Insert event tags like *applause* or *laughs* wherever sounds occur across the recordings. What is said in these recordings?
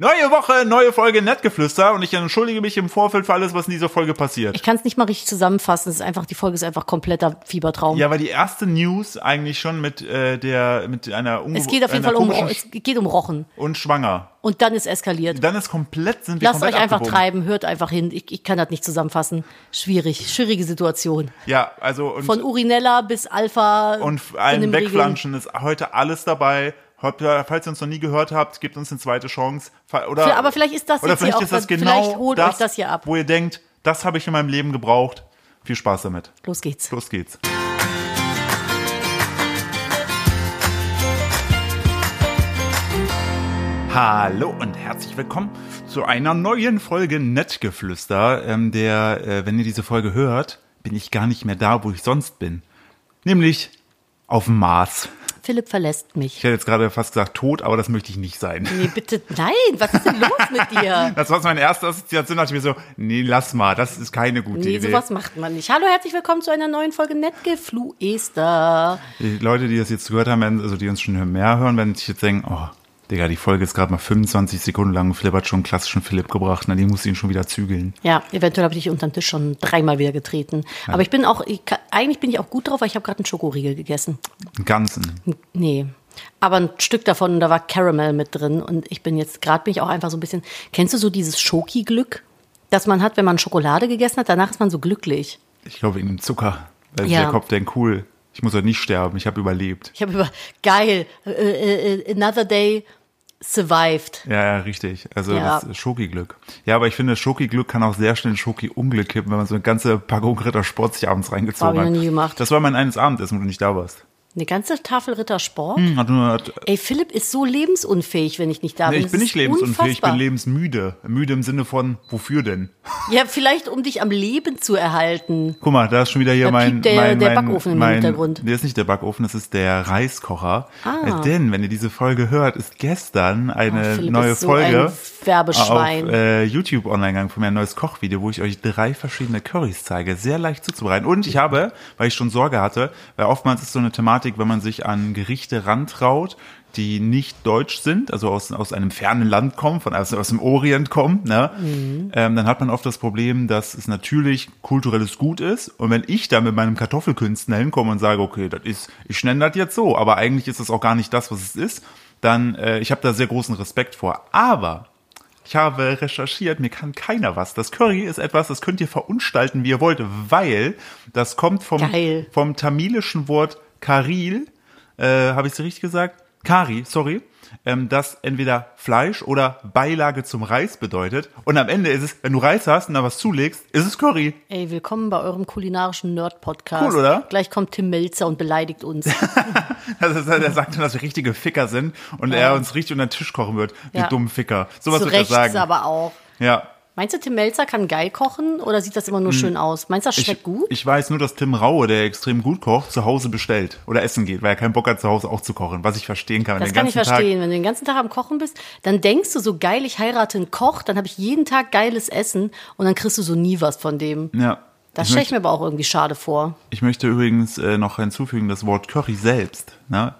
Neue Woche, neue Folge Nettgeflüster und ich entschuldige mich im Vorfeld für alles, was in dieser Folge passiert. Ich kann es nicht mal richtig zusammenfassen. Es ist einfach, die Folge ist einfach kompletter Fiebertraum. Ja, weil die erste News eigentlich schon mit äh, der mit einer unge- es geht auf jeden einer Fall um, komischen Ro- es geht um Rochen. Sch- und schwanger. Und dann ist eskaliert. Dann ist komplett sind wir Lasst komplett euch einfach abgebogen. treiben, hört einfach hin. Ich, ich kann das nicht zusammenfassen. Schwierig, schwierige Situation. Ja, also und Von Urinella bis Alpha. und in allen dem wegflanschen ist heute alles dabei. Habt ihr- Falls ihr uns noch nie gehört habt, gebt uns eine zweite Chance. Fa- Regen. Oder Aber vielleicht ist das Oder jetzt hier vielleicht auch, ist das was- genau vielleicht holt das, euch das hier ab. wo ihr denkt, das habe ich in meinem Leben gebraucht. Viel Spaß damit. Los geht's. Los geht's. Hallo und herzlich willkommen zu einer neuen Folge Nettgeflüster. Ähm, der, äh, wenn ihr diese Folge hört, bin ich gar nicht mehr da, wo ich sonst bin. Nämlich auf dem Mars. Philipp verlässt mich. Ich hätte jetzt gerade fast gesagt tot, aber das möchte ich nicht sein. Nee, bitte, nein, was ist denn los mit *laughs* dir? Das war so meine erste Assoziation, dachte ich mir so, nee, lass mal, das ist keine gute Nee, Idee. sowas macht man nicht. Hallo, herzlich willkommen zu einer neuen Folge Nettgefluester. Die Leute, die das jetzt gehört haben, werden, also die uns schon mehr hören, werden sich jetzt denken, oh, Digga, die Folge ist gerade mal 25 Sekunden lang und Philipp hat schon einen klassischen Philipp gebracht, na, die muss ihn schon wieder zügeln. Ja, eventuell habe ich dich unterm Tisch schon dreimal wieder getreten. Aber ich bin auch, ich, ka- eigentlich bin ich auch gut drauf, weil ich habe gerade einen Schokoriegel gegessen. Im Ganzen. Nee. Aber ein Stück davon, und da war Caramel mit drin. Und ich bin jetzt, gerade bin ich auch einfach so ein bisschen. Kennst du so dieses Schoki-Glück, das man hat, wenn man Schokolade gegessen hat? Danach ist man so glücklich. Ich glaube, wegen dem Zucker. Weil sich Ja. der Kopf denkt, cool, ich muss heute nicht sterben, ich habe überlebt. Ich habe über, geil, äh, äh, äh, another day survived. Ja, ja, richtig. Also Ja. das Schoki-Glück. Ja, aber ich finde, Schoki-Glück kann auch sehr schnell in Schoki-Unglück kippen, wenn man so eine ganze Packung Rittersport sich abends reingezogen Hab ich hat. noch nie gemacht. Das war mein eines Abendessen, wo du nicht da warst. Eine ganze Tafel Rittersport. Hm, Hat nur, hat, Ey, Philipp ist so lebensunfähig, wenn ich nicht da nee, bin. ich Das bin ist nicht lebensunfähig, ich unfassbar. bin lebensmüde. Müde im Sinne von, wofür denn? Ja, vielleicht um dich am Leben zu erhalten. Guck mal, da ist schon wieder hier Da mein, piept der- mein, der mein, Backofen im mein, Hintergrund. Der ist nicht der Backofen, das ist der Reiskocher. Ah. Äh, Denn wenn ihr diese Folge hört, ist gestern Ah, eine Philipp neue ist so Folge ein Werbeschwein. auf äh, YouTube online gegangen von mir ein neues Kochvideo, wo ich euch drei verschiedene Currys zeige, sehr leicht zuzubereiten. Und ich habe, weil ich schon Sorge hatte, weil oftmals ist so eine Thematik, wenn man sich an Gerichte rantraut, die nicht deutsch sind, also aus, aus einem fernen Land kommen, von also aus dem Orient kommen, ne? ähm, dann hat man oft das Problem, dass es natürlich kulturelles Gut ist. Und wenn ich da mit meinem Kartoffelkünstler hinkomme und sage, okay, das ist, ich nenne das jetzt so, aber eigentlich ist das auch gar nicht das, was es ist, dann äh, ich habe da sehr großen Respekt vor. Aber ich habe recherchiert, mir kann keiner was. Das Curry ist etwas, das könnt ihr verunstalten, wie ihr wollt, weil das kommt vom, Geil. vom tamilischen Wort Karil, äh, habe ich es richtig gesagt? Kari, sorry. Ähm, das entweder Fleisch oder Beilage zum Reis bedeutet. Und am Ende ist es, wenn du Reis hast und da was zulegst, ist es Curry. *laughs* Ey, willkommen bei eurem kulinarischen Nerd-Podcast. Cool, oder? Gleich kommt Tim Melzer und beleidigt *laughs* uns. Das ist, er sagt dann, dass wir richtige Ficker sind und er uns richtig unter den Tisch kochen wird. Wir Ja. dummen Ficker. Sowas Zu wird er Recht sagen. aber auch. ja. Meinst du, Tim Melzer kann geil kochen oder sieht das immer nur schön aus? Meinst du, das schmeckt Hm. ich, gut? Ich weiß nur, dass Tim Raue, der extrem gut kocht, zu Hause bestellt oder essen geht, weil er keinen Bock hat, zu Hause auch zu kochen, was ich verstehen kann. das Den kann ich ganzen verstehen. Wenn du den ganzen Tag am Kochen bist, dann denkst du so geil, ich heirate einen Koch, dann habe ich jeden Tag geiles Essen und dann kriegst du so nie was von dem. Tag, ja. Das ich, stelle ich möchte, mir aber auch irgendwie schade vor. ich möchte übrigens äh, noch hinzufügen, das Wort Curry selbst. Ne?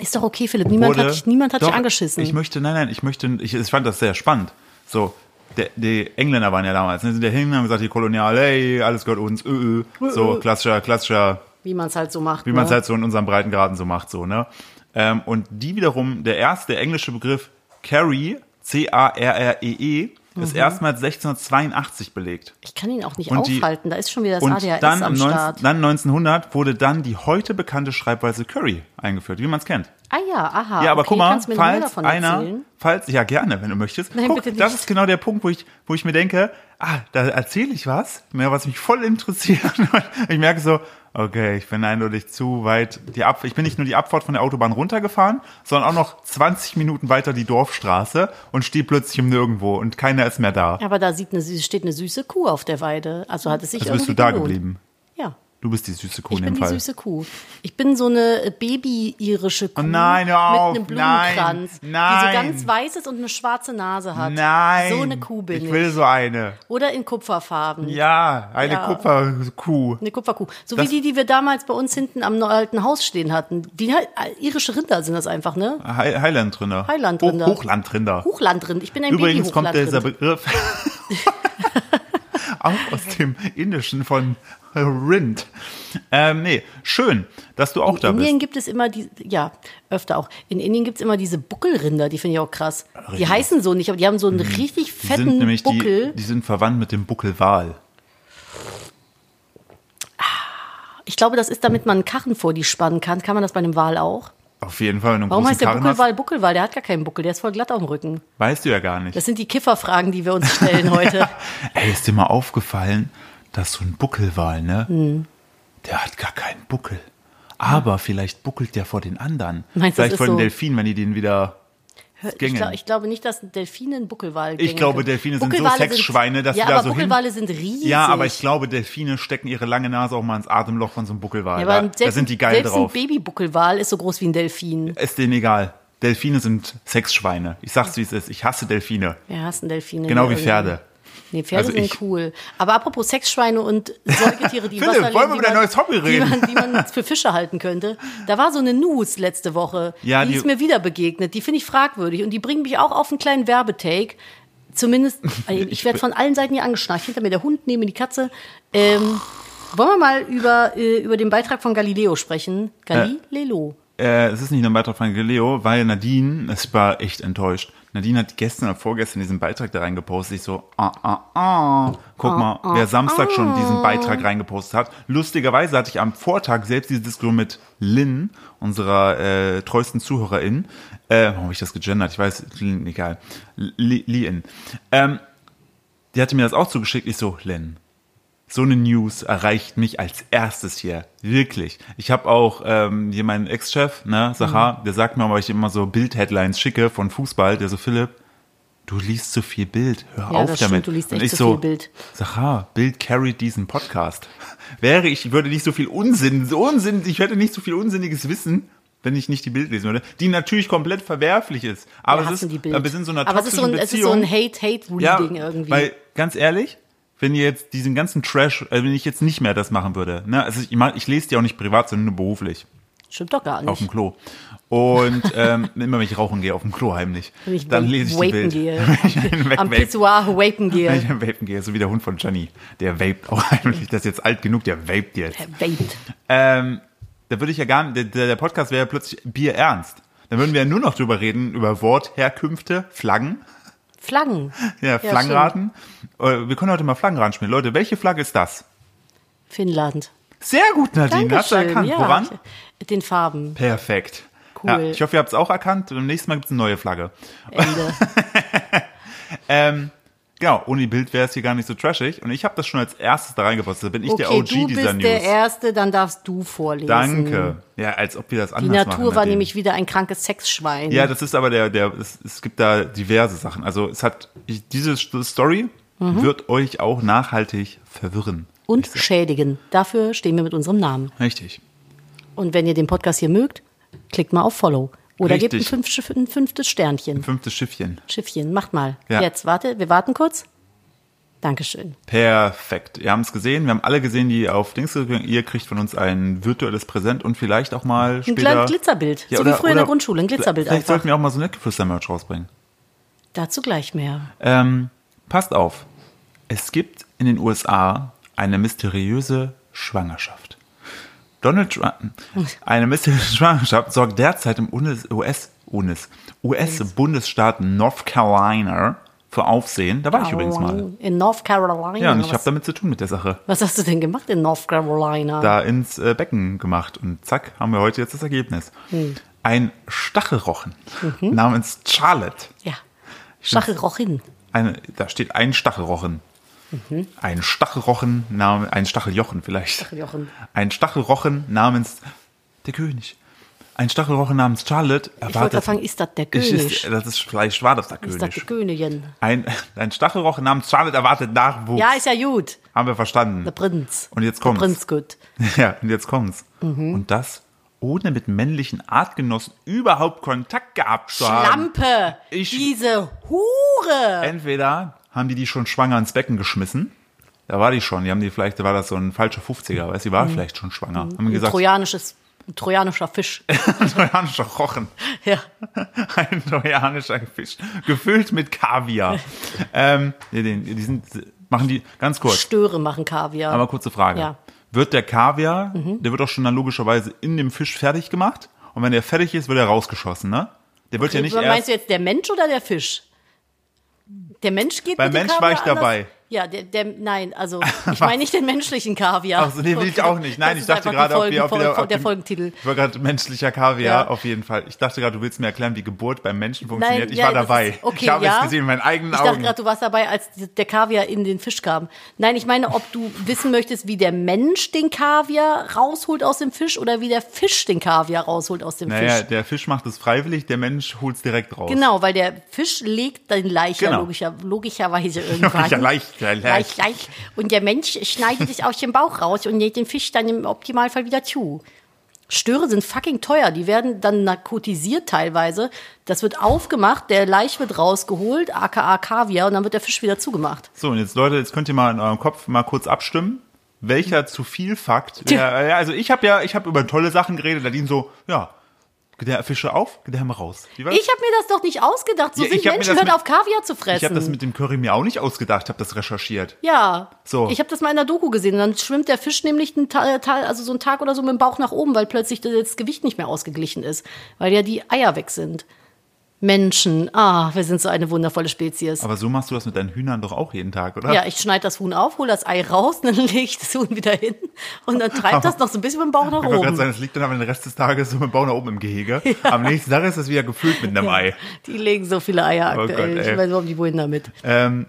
Ist doch okay, Philipp. Niemand wurde- hat dich, niemand hat Doch, dich angeschissen. Ich möchte, nein, nein, ich möchte, ich, ich fand das sehr spannend. So, der, die Engländer waren ja damals, ne, sind ja hin und haben gesagt, die Kolonial, hey, alles gehört uns, ö, Äh, ö. so klassischer, klassischer wie man es halt so macht. wie man es ne? halt so in unserem Breitengraden so macht, so, ne? Ähm, und die wiederum, der erste englische Begriff Carry, C-A-R-R-E-E, E Mhm. ist erstmals 1682 belegt. Ich kann ihn auch nicht Und die- aufhalten. da ist schon wieder das Und ADHS dann, am im 19, Start. dann 1900 wurde dann die heute bekannte Schreibweise Curry eingeführt, wie man es kennt. Ah ja, aha. Ja, aber okay, guck mal, kannst du mir noch mehr falls davon einer, erzählen? falls, ja gerne, wenn du möchtest. Nein, guck, bitte nicht. das ist genau der Punkt, wo ich, wo ich mir denke, ah, da erzähle ich was, mir was mich voll interessiert. *laughs* Und ich merke so, okay, ich bin eindeutig zu weit die Abfahrt, ich bin nicht nur die Abfahrt von der Autobahn runtergefahren, sondern auch noch 20 Minuten weiter die Dorfstraße und stehe plötzlich im Nirgendwo und keiner ist mehr da. Aber da sieht eine, süße- steht eine süße Kuh auf der Weide. Also hat es sich also bist du irgendwie da gelohnt. geblieben. Ja. Du bist die süße Kuh Ich in bin dem die Fall. süße Kuh. Ich bin so eine baby-irische Kuh Oh nein, hör auf. mit einem Blumenkranz, Nein, nein. die so ganz weiß ist und eine schwarze Nase hat. Nein. So eine Kuh bin ich. Ich will so eine. Oder in Kupferfarben. Ja, eine Ja. Kupferkuh. Eine Kupferkuh. So Das- wie die, die wir damals bei uns hinten am alten Haus stehen hatten. Die halt- irische Rinder sind das einfach, ne? Hei- Heilandrinder. Heilandrinder. Hoch Hochlandrinder. Hochlandrind. Ich bin ein Übrigens kommt Baby-Hochlandrind. dieser Begriff *laughs* auch aus dem Indischen von Rind. Ähm, nee, schön, dass du auch da In bist. Indien gibt es immer die, ja, öfter auch. In Indien gibt es immer diese Buckelrinder, die finde ich auch krass. Die Richtig. Mhm. heißen so nicht, aber die haben so einen richtig Die sind fetten nämlich Buckel. die, die sind verwandt mit dem Buckelwal. ich glaube, das ist, damit man einen Karren vor die spannen kann. Kann man das bei einem Wal auch? Auf jeden Fall, wenn du einen Warum großen heißt der Karren Buckelwal Buckelwal? Der hat gar keinen Buckel, der ist voll glatt auf dem Rücken. hast, weißt du ja gar nicht. Das sind die Kifferfragen, die wir uns *laughs* stellen heute. Ey, ist dir mal aufgefallen, dass so ein Buckelwal, ne? Hm. Der hat gar keinen Buckel. Aber vielleicht buckelt der vor den anderen. Meinst du, das vielleicht ist vor den so? Delfinen, wenn die den wieder Ich, gängeln. glaub, ich glaube nicht, dass Delfine einen Buckelwal Ich gängeln glaube, können. Delfine sind so Buckelwale Sexschweine, dass ja, die da aber so hin- Buckelwale sind riesig. Ja, aber ich glaube, Delfine stecken ihre lange Nase auch mal ins Atemloch von so einem Buckelwal. Ja, da, aber da selbst- sind die geil selbst drauf. ein Babybuckelwal ist so groß wie ein Delfin. Ist denen egal. Delfine sind Sexschweine. Ich sag's, wie es ist. Ich hasse Delfine. Wir hassen Delfine. Genau wie Also- Pferde. Nee, Pferde Also ich- sind cool. Aber apropos Sexschweine und Säugetiere, die im *laughs* Philipp, Wasser wollen leben, wir die über dein man- neues Hobby reden? Die man, *laughs* die man für Fische halten könnte. Da war so eine News letzte Woche. Ja, die, die- ist mir wieder begegnet. Die finde ich fragwürdig und die bringt mich auch auf einen kleinen Werbetake. Zumindest, *laughs* äh, ich werde von allen Seiten hier angeschnarcht. Hinter mir der Hund, neben mir die Katze. Ähm, wollen wir mal über, äh, über den Beitrag von Galileo sprechen? Galileo. Äh, es ist nicht nur ein Beitrag von Galileo, weil Nadine, es war echt enttäuscht. Nadine hat gestern oder vorgestern diesen Beitrag da reingepostet. Ich so, ah, ah, ah. Guck mal, wer Samstag schon diesen Beitrag reingepostet hat. Lustigerweise hatte ich am Vortag selbst diese Diskussion mit Lynn, unserer äh, treuesten Zuhörerin. Äh, warum habe ich das gegendert? Ich weiß, Lynn, egal. Lynn. Ähm, die hatte mir das auch zugeschickt. Ich so, Lynn, so eine News erreicht mich als erstes hier. Wirklich. Ich habe auch ähm, hier meinen Ex-Chef, ne, Sachar, Mhm. der sagt mir, weil ich immer so Bild-Headlines schicke von Fußball, der so, Philipp, du liest zu viel Bild. Hör Ja, auf das stimmt, damit. du liest Und echt ich zu so, viel Bild. Sachar, Bild carried diesen Podcast. *laughs* Wäre ich, würde nicht so viel Unsinn, so Unsinn, ich hätte nicht so viel unsinniges Wissen, wenn ich nicht die Bild lesen würde, die natürlich komplett verwerflich ist. Aber Wir es hassen ist, die Bild. aber wir sind so in einer Aber es ist so toxischen ein, es ist so Beziehung. ein Hate-Hate-Reading irgendwie. Weil, ganz ehrlich, wenn ihr jetzt diesen ganzen Trash, äh, wenn ich jetzt nicht mehr das machen würde, ne, also ich, mach- ich lese die auch nicht privat, sondern nur beruflich Stimmt doch gar nicht. auf dem Klo. Und *laughs* ähm, immer wenn ich rauchen gehe, auf dem Klo heimlich, Wenn ich dann wa- lese ich die vapen Bild. gehe. *laughs* Wenn ich einen Am wegvape- Pissoir wapen wenn ich gehe. einen Vapen gehe, so wie der Hund von Johnny, der vaped auch *laughs* heimlich, das ist jetzt alt genug, der vaped jetzt. Vaped. Ähm, da würde ich ja gar nicht, der- der, der Podcast wäre ja plötzlich bierernst. Dann würden wir ja nur noch drüber reden, über Wortherkünfte, Flaggen. Flaggen. Ja, Flaggenraten. Äh, Wir können heute mal Flaggenraten spielen. Leute, welche Flagge ist das? stimmt. Finnland. Sehr gut, Nadine. Hast du Dankeschön. erkannt. Ja, Woran? ich- Den Farben. Perfekt. Cool. Ja, ich hoffe, ihr habt es auch erkannt. Beim nächsten Mal gibt es eine neue Flagge. *laughs* Ende. Genau, ohne die Bild wäre es hier gar nicht so trashig. Und ich habe das schon als erstes da reingepostet. Da bin ich der Okay, OG du dieser bist News. der Erste, dann darfst du vorlesen. Danke. Ja, als ob wir das Die anders machen. Natur war Nadine. nämlich wieder ein krankes Sexschwein. Ja, das ist aber der, der es, es gibt da diverse Sachen. Also es hat, ich, diese Story Mhm. wird euch auch nachhaltig verwirren. Und schädigen. Dafür stehen wir mit unserem Namen. Richtig. Und wenn ihr den Podcast hier mögt, klickt mal auf Follow. Oder gebt ein, Richtig. fünf, ein fünftes Sternchen. Fünftes Schiffchen. Schiffchen, macht mal. Ja. Jetzt, warte, wir warten kurz. Dankeschön. Perfekt. Wir haben es gesehen. Wir haben alle gesehen, die auf Dings gegangen Ihr kriegt von uns ein virtuelles Präsent und vielleicht auch mal Ein später. kleines Glitzerbild. so wie früher in der Grundschule, ein Glitzerbild Vielleicht einfach. sollten wir auch mal so ein Nettgeflüster-Merch rausbringen. Dazu gleich mehr. Ähm, passt auf. Es gibt in den USA eine mysteriöse Schwangerschaft. Donald Trump, *laughs* eine mysteriöse Schwangerschaft sorgt derzeit im US, US, UNIS, US-Bundesstaat North Carolina für Aufsehen. Da war ich übrigens mal. In North Carolina. Ja, und ich habe was, damit zu tun mit der Sache. was hast du denn gemacht in North Carolina? da ins äh, Becken gemacht und zack, haben wir heute jetzt das Ergebnis. Hm. Ein Stachelrochen Mhm. namens Charlotte. ja. Stachelrochen. Eine, da steht ein Stachelrochen. Mhm. Ein Stachelrochen, nam- ein Stacheljochen vielleicht. Stacheljochen. Ein Stachelrochen namens der König. Ein Stachelrochen namens Charlotte Ich wollte gerade sagen, ist das der König? ist, das ist, vielleicht war das der ist das die König. Königin? Ein, ein Stachelrochen namens Charlotte erwartet Nachwuchs. Ja, ist ja gut. Haben wir verstanden. Der Prinz. Und jetzt kommt's. Der Prinz gut. *laughs* Ja, und jetzt kommt's. Mhm. Und das ohne mit männlichen Artgenossen überhaupt Kontakt gehabt zu haben. Schlampe. Ich- diese Hure. Entweder haben die die schon schwanger ins Becken geschmissen. Da war die schon. Die haben die vielleicht, da war das so ein falscher 50er, weißt du, die war vielleicht schon schwanger. Haben Mhm. Ein gesagt, trojanisches, ein trojanischer Fisch. *laughs* ein trojanischer Rochen. *laughs* ja. Ein trojanischer Fisch. Gefüllt mit *laughs* Kaviar. ähm, nee, den, die sind, machen die, ganz kurz, Störe machen Kaviar. aber kurze Frage. Ja. Wird der Kaviar, der wird doch schon dann logischerweise in dem Fisch fertig gemacht. Und wenn der fertig ist, wird er rausgeschossen, ne? Der wird ja nicht Meinst erst, du jetzt der Mensch oder der Fisch? Der Mensch geht Beim mit dem Mensch war ich Kaviar dabei. anders? Ja, der, der, nein, *laughs* also ich meine nicht den menschlichen Kaviar. *laughs* Ach so, nee, will ich auch nicht. Nein, Das ich ist dachte einfach gerade, ob die wir, ob Folgen- wir, ob der die- Folgentitel. Ich war gerade menschlicher Kaviar, Ja. auf jeden Fall. Ich dachte gerade, du willst mir erklären, wie Geburt beim Menschen funktioniert. ich ja, war das dabei. ist- okay, ich habe ja. es gesehen in meinen eigenen Ich dachte Augen. gerade, du warst dabei, als die- der Kaviar in den Fisch kam. Nein, ich meine, ob du wissen möchtest, wie der Mensch den Kaviar rausholt aus dem Fisch oder wie der Fisch den Kaviar rausholt aus dem naja, Fisch. der Fisch macht es freiwillig, der Mensch holt es direkt raus. Genau, weil der Fisch legt den Leicher Genau. logischer, *laughs* logischerweise irgendwann. Ja, leicht, ja, Leicht, leicht. leicht. Und der Mensch schneidet es aus dem Bauch raus und näht den Fisch dann im Optimalfall wieder zu. Störe sind fucking teuer. Die werden dann narkotisiert teilweise. Das wird aufgemacht, der Laich wird rausgeholt, aka Kaviar, und dann wird der Fisch wieder zugemacht. So, und jetzt Leute, jetzt könnt ihr mal in eurem Kopf mal kurz abstimmen, welcher zu viel Fakt. Ja, ja, also ich habe ja, ich habe über tolle Sachen geredet, Nadine so, ja, der Fische auf, der haben raus. Wie war das? Ich habe mir das doch nicht ausgedacht. So Äh? Ja, sind ich hab mir Menschen, das hört mit- auf Kaviar zu fressen. ich habe das mit dem Curry mir auch nicht ausgedacht, habe das recherchiert. Ja. So. Ich habe das mal in der Doku gesehen. Dann schwimmt der Fisch nämlich einen Ta Ta- also so einen Tag oder so mit dem Bauch nach oben, weil plötzlich das Gewicht nicht mehr ausgeglichen ist, weil ja die Eier weg sind. Menschen, ah, wir sind so eine wundervolle Spezies. Aber so machst du das mit deinen Hühnern doch auch jeden Tag, oder? Ja, ich schneide das Huhn auf, hole das Ei raus, *laughs* dann lege ich das Huhn wieder hin und dann treibt das noch so ein bisschen mit dem Bauch *laughs* nach Ich wollte gerade oben. sagen, es liegt dann aber den Rest des Tages so mit dem Bauch nach oben im Gehege. Am nächsten Tag ist es wieder gefüllt mit einem Ei. Die legen so viele Eier Oh aktuell. Gott, ey. ich weiß überhaupt nicht, wohin damit. Ähm,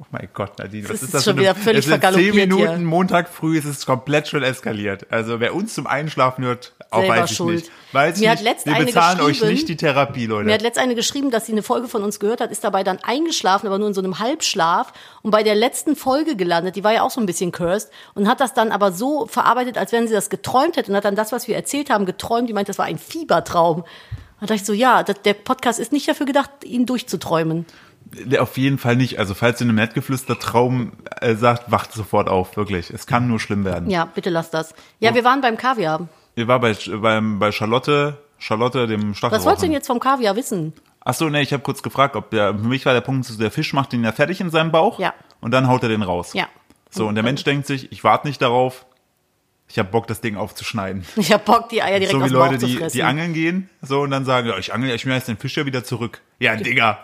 oh mein Gott, Nadine, was Es ist, ist das schon für eine- wieder völlig es sind vergaloppiert Zehn Minuten hier. Montag früh ist es komplett schon eskaliert. Also wer uns zum Einschlafen hört, auch Selber weiß ich schuld. nicht. Weiß Mir ich hat nicht. letzt Wir eine bezahlen euch geschrieben. nicht die Therapie, Leute. Mir hat letztens eine geschrieben, dass sie eine Folge von uns gehört hat, ist dabei dann eingeschlafen, aber nur in so einem Halbschlaf und bei der letzten Folge gelandet, die war ja auch so ein bisschen cursed und hat das dann aber so verarbeitet, als wenn sie das geträumt hätte und hat dann das, was wir erzählt haben, geträumt. Die meint, das war ein Fiebertraum. Da dachte ich so, ja, das, der Podcast ist nicht dafür gedacht, ihn durchzuträumen. Auf jeden Fall nicht. Also falls ihr in einem Nettgeflüster-Traum äh, sagt, wacht sofort auf, wirklich. Es kann nur schlimm werden. Ja, bitte lass das. Oh. Ja, wir waren beim Kaviar. Wir war bei, beim, bei Charlotte, Charlotte, dem Stachelrochen. Was wolltest du denn jetzt vom Kaviar wissen? Ach so, nee, ich habe kurz gefragt, ob der, für mich war der Punkt, der Fisch macht den ja fertig in seinem Bauch Ja. und dann haut er den raus. Ja. So, und der Mensch denkt sich, ich warte nicht darauf, ich habe Bock, das Ding aufzuschneiden. Ich hab Bock, die Eier direkt so wie aus dem Bauch Leute, zu die, fressen. die angeln gehen, so und dann sagen, ja, ich angel, ich mir jetzt den Fisch ja wieder zurück. Ja, Digga.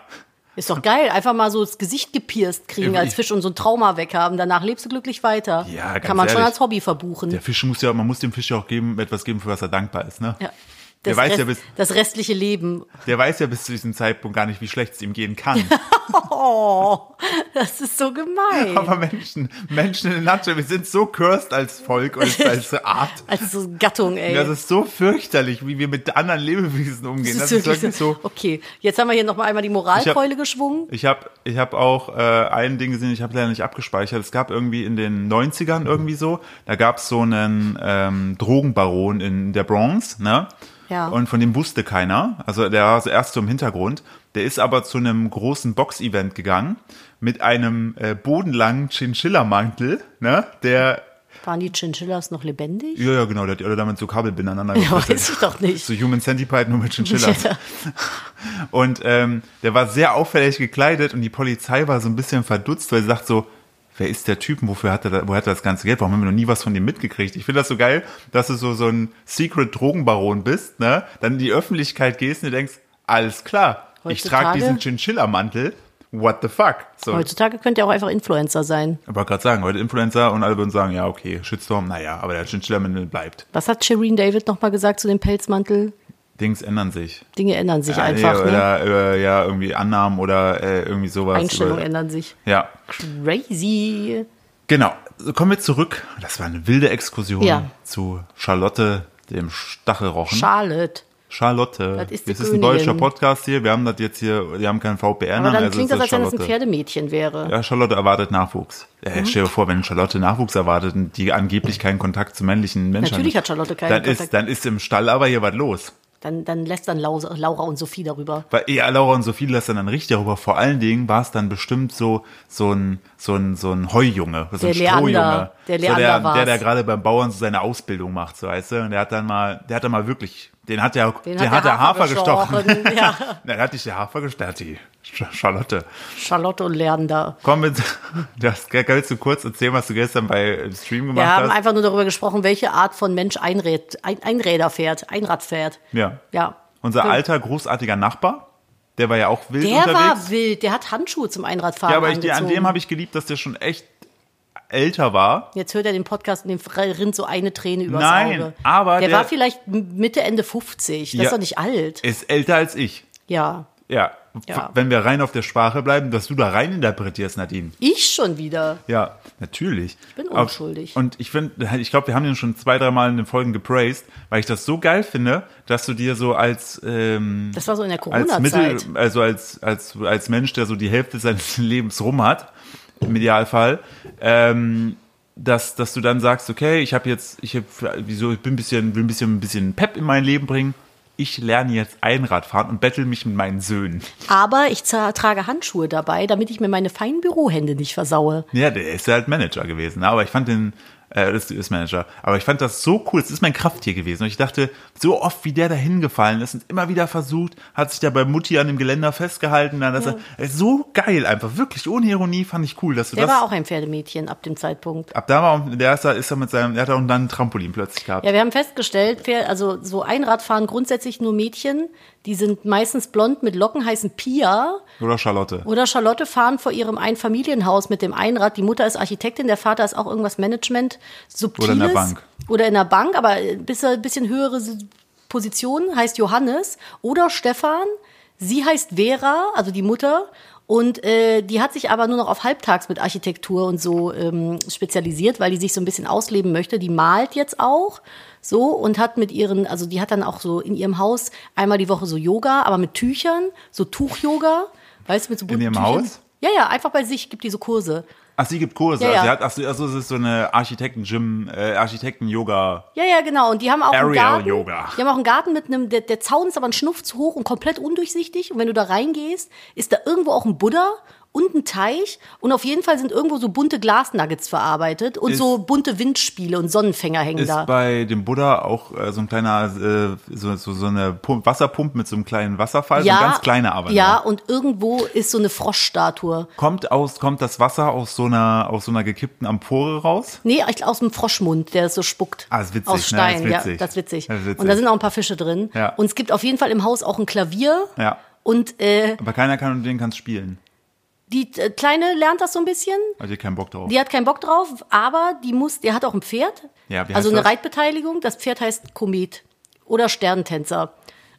Ist doch geil, einfach mal so das Gesicht gepierst kriegen Ja, als ich- Fisch und so ein Trauma weghaben. Danach lebst du glücklich weiter. Äh, Ja, ganz Kann man schon ehrlich. als Hobby verbuchen. Der Fisch muss ja, man muss dem Fisch ja auch geben, etwas geben, für was er dankbar ist, ne? ja. Der Das, weiß Rest, ja bis- das restliche Leben. Der weiß ja bis zu diesem Zeitpunkt gar nicht, wie schlecht es ihm gehen *laughs* kann. Oh, das ist so gemein. Aber Menschen, Menschen in der Natur, wir sind so cursed als Volk und *laughs* als Art. als Also so Gattung, ey. Das ist so fürchterlich, wie wir mit anderen Lebewesen umgehen. Das ist wirklich so. Okay, jetzt haben wir hier nochmal einmal die Moralkeule geschwungen. Ich habe ich hab auch äh, ein Ding gesehen, ich habe leider nicht abgespeichert. Es gab irgendwie in den 90ern irgendwie so, da gab es so einen ähm, Drogenbaron in der Bronx, ne? Ja. Und von dem wusste keiner. Also der war so erst so im Hintergrund. Der ist aber zu einem großen Box-Event gegangen mit einem äh, bodenlangen Chinchilla-Mantel, ne? Der, Waren die Chinchillas noch lebendig? ja, ja, genau, der hat die alle damit so Kabel beieinander Ja, gefesselt. weiß ich doch nicht. So Human Centipede nur mit *laughs* Chinchillas. Ja. Und ähm, der war sehr auffällig gekleidet und die Polizei war so ein bisschen verdutzt, weil sie sagt so, wer ist der Typ und wofür hat er, da, woher hat er das ganze Geld? Warum haben wir noch nie was von dem mitgekriegt? Ich finde das so geil, dass du so, so ein Secret-Drogenbaron bist, ne? Dann in die Öffentlichkeit gehst und dir denkst, alles klar, ich trage Heutzutage- diesen Chinchilla-Mantel, what the fuck? So. Heutzutage könnt ihr auch einfach Influencer sein. Ich wollte gerade sagen, heute Influencer und alle würden sagen, ja, okay, Shitstorm, naja, aber der Chinchilla-Mantel bleibt. Was hat Shireen David nochmal gesagt zu dem Pelzmantel? Dings ändern sich. Dinge ändern sich Ja, einfach, nee, ne? oder, äh, ja, irgendwie Annahmen oder äh, irgendwie sowas. Einstellungen Über- ändern sich. Ja, Crazy. genau. So, Kommen wir zurück. Das war eine wilde Exkursion Ja. zu Charlotte, dem Stachelrochen. Charlotte. Charlotte. Das ist die das ist ein Königin. deutscher Podcast hier. Wir haben das jetzt hier, wir haben keinen VPN. Aber dann also klingt ist das, als wenn das ein Mhm. Charlotte. Pferdemädchen wäre. Ja, Charlotte erwartet Nachwuchs. Äh, Stell dir vor, wenn Charlotte Nachwuchs erwartet und die angeblich keinen Kontakt zu männlichen Menschen Natürlich hat Charlotte keinen dann Kontakt. Ist, dann ist im Stall aber hier was los. Dann, dann lässt dann Laus- Laura und Sophie darüber. Weil ja, Laura und Sophie lassen dann richtig darüber. Vor allen Dingen war es dann bestimmt so, so ein, so ein, so ein Heujunge, so ein Der Leander. Strohjunge. Der so der, Leander war's. der, der gerade beim Bauern so seine Ausbildung macht, so weißt du. Und der hat dann mal, der hat dann mal wirklich, den hat der, den, hat der Hafer, gestochen. *laughs* gestochen. Ja. Nein, hat nicht der Hafer gestochen, hat die Sch- Charlotte. Charlotte und Leander. Komm mit, *laughs* das kannst du kurz erzählen, was du gestern bei im Stream gemacht Wir haben hast. einfach nur darüber gesprochen, welche Art von Mensch Einrad, ein, Einräder fährt, Einrad fährt. Ja. Ja. Unser Stimmt. alter, großartiger Nachbar, der war ja auch wild Der unterwegs. war wild, der hat Handschuhe zum Einradfahren ja, aber ich, angezogen. an dem habe ich geliebt, dass der schon echt älter war. Jetzt hört er den Podcast und dem rinnt so eine Träne übers Nein, Auge. aber der, der- war vielleicht Mitte, Ende 50. Das Ja. ist doch nicht alt. Ist älter als ich. Ja. Ja. Ja. Wenn wir rein auf der Sprache bleiben, dass du da rein interpretierst, Nadine. Ich schon wieder. Ja, natürlich. Ich bin unschuldig. Und ich finde, ich glaube, wir haben den schon zwei, dreimal in den Folgen gepraised, weil ich das so geil finde, dass du dir so als, ähm, Das war so in der als Mittel, Corona-Zeit. also als, als, als Mensch, der so die Hälfte seines *laughs* Lebens rum hat, im Idealfall, ähm, dass, dass du dann sagst, okay, ich habe jetzt, ich hab, wieso, ich bin ein bisschen, will ein bisschen, ein bisschen Pep in mein Leben bringen. Ich lerne jetzt Einradfahren und bettel mich mit meinen Söhnen. Aber ich tra- trage Handschuhe dabei, damit ich mir meine feinen Bürohände nicht versaue. Ja, der ist ja halt Manager gewesen, aber ich fand den, äh, das ist Manager, aber ich fand das so cool, es ist mein Krafttier gewesen und ich dachte, so oft wie der da hingefallen ist und immer wieder versucht, hat sich da bei Mutti an dem Geländer festgehalten, dann dass er, so geil einfach, wirklich, ohne Ironie fand ich cool, dass du Der das, war auch ein Pferdemädchen ab dem Zeitpunkt. ab da war, der ist da, ist da mit seinem, der hat auch dann ein Trampolin plötzlich gehabt. Ja, wir haben festgestellt, Pfer- also so Einradfahren grundsätzlich nur Mädchen, die sind meistens blond mit Locken, heißen Pia Oder Charlotte. oder Charlotte fahren vor ihrem Einfamilienhaus mit dem Einrad. Die Mutter ist Architektin, der Vater ist auch irgendwas Management subtiles Oder in der Bank. oder in der Bank, aber ein bisschen, bisschen höhere Position heißt Johannes oder Stefan. Sie heißt Vera, also die Mutter. Und äh, die hat sich aber nur noch auf Halbtags mit Architektur und so ähm, spezialisiert, weil die sich so ein bisschen ausleben möchte. Die malt jetzt auch so und hat mit ihren, also die hat dann auch so in ihrem Haus einmal die Woche so Yoga, aber mit Tüchern, so Tuch-Yoga, weißt du, mit so bunten ihrem Tüchern. Haus? Ja, ja, einfach bei sich gibt die so Kurse. Ach, sie gibt Kurse, Ja, ja. Also, sie hat, ach, so- also, es ist so eine Architekten-Gym, äh, Architekten-Yoga. Ja, ja, genau. Und die haben auch einen Aerial Garten. Yoga. Die haben auch einen Garten mit einem, der, der Zaun ist aber ein Schnuff zu hoch und komplett undurchsichtig. Und wenn du da reingehst, ist da irgendwo auch ein Buddha und ein Teich. Und auf jeden Fall sind irgendwo so bunte Glasnuggets verarbeitet und Ist- so bunte Windspiele und Sonnenfänger hängen Ist also da. bei dem Buddha auch äh, so ein kleiner, äh, so, so, so eine Pump, Wasserpumpe mit so einem kleinen Wasserfall, so eine ganz kleine aber. nur. Ja, und irgendwo ist so eine Froschstatue. Kommt aus, kommt das Wasser aus so einer, aus so einer gekippten Amphore raus? Nee, ich- aus dem Froschmund, der so spuckt. Ah, ist witzig, ne? Aus Stein, Ist ja, witzig. das ist witzig. Das ist witzig. Und da sind auch ein paar Fische drin. Ja. Und es gibt auf jeden Fall im Haus auch ein Klavier. Ja. Und äh, Aber keiner kann und den kann's spielen. die äh, Kleine lernt das so ein bisschen. Hat ihr keinen Bock drauf. Die hat keinen Bock drauf, aber die muss, der hat auch ein Pferd. Ja, wie heißt also eine das? Reitbeteiligung. Das Pferd heißt Komet oder Sternentänzer.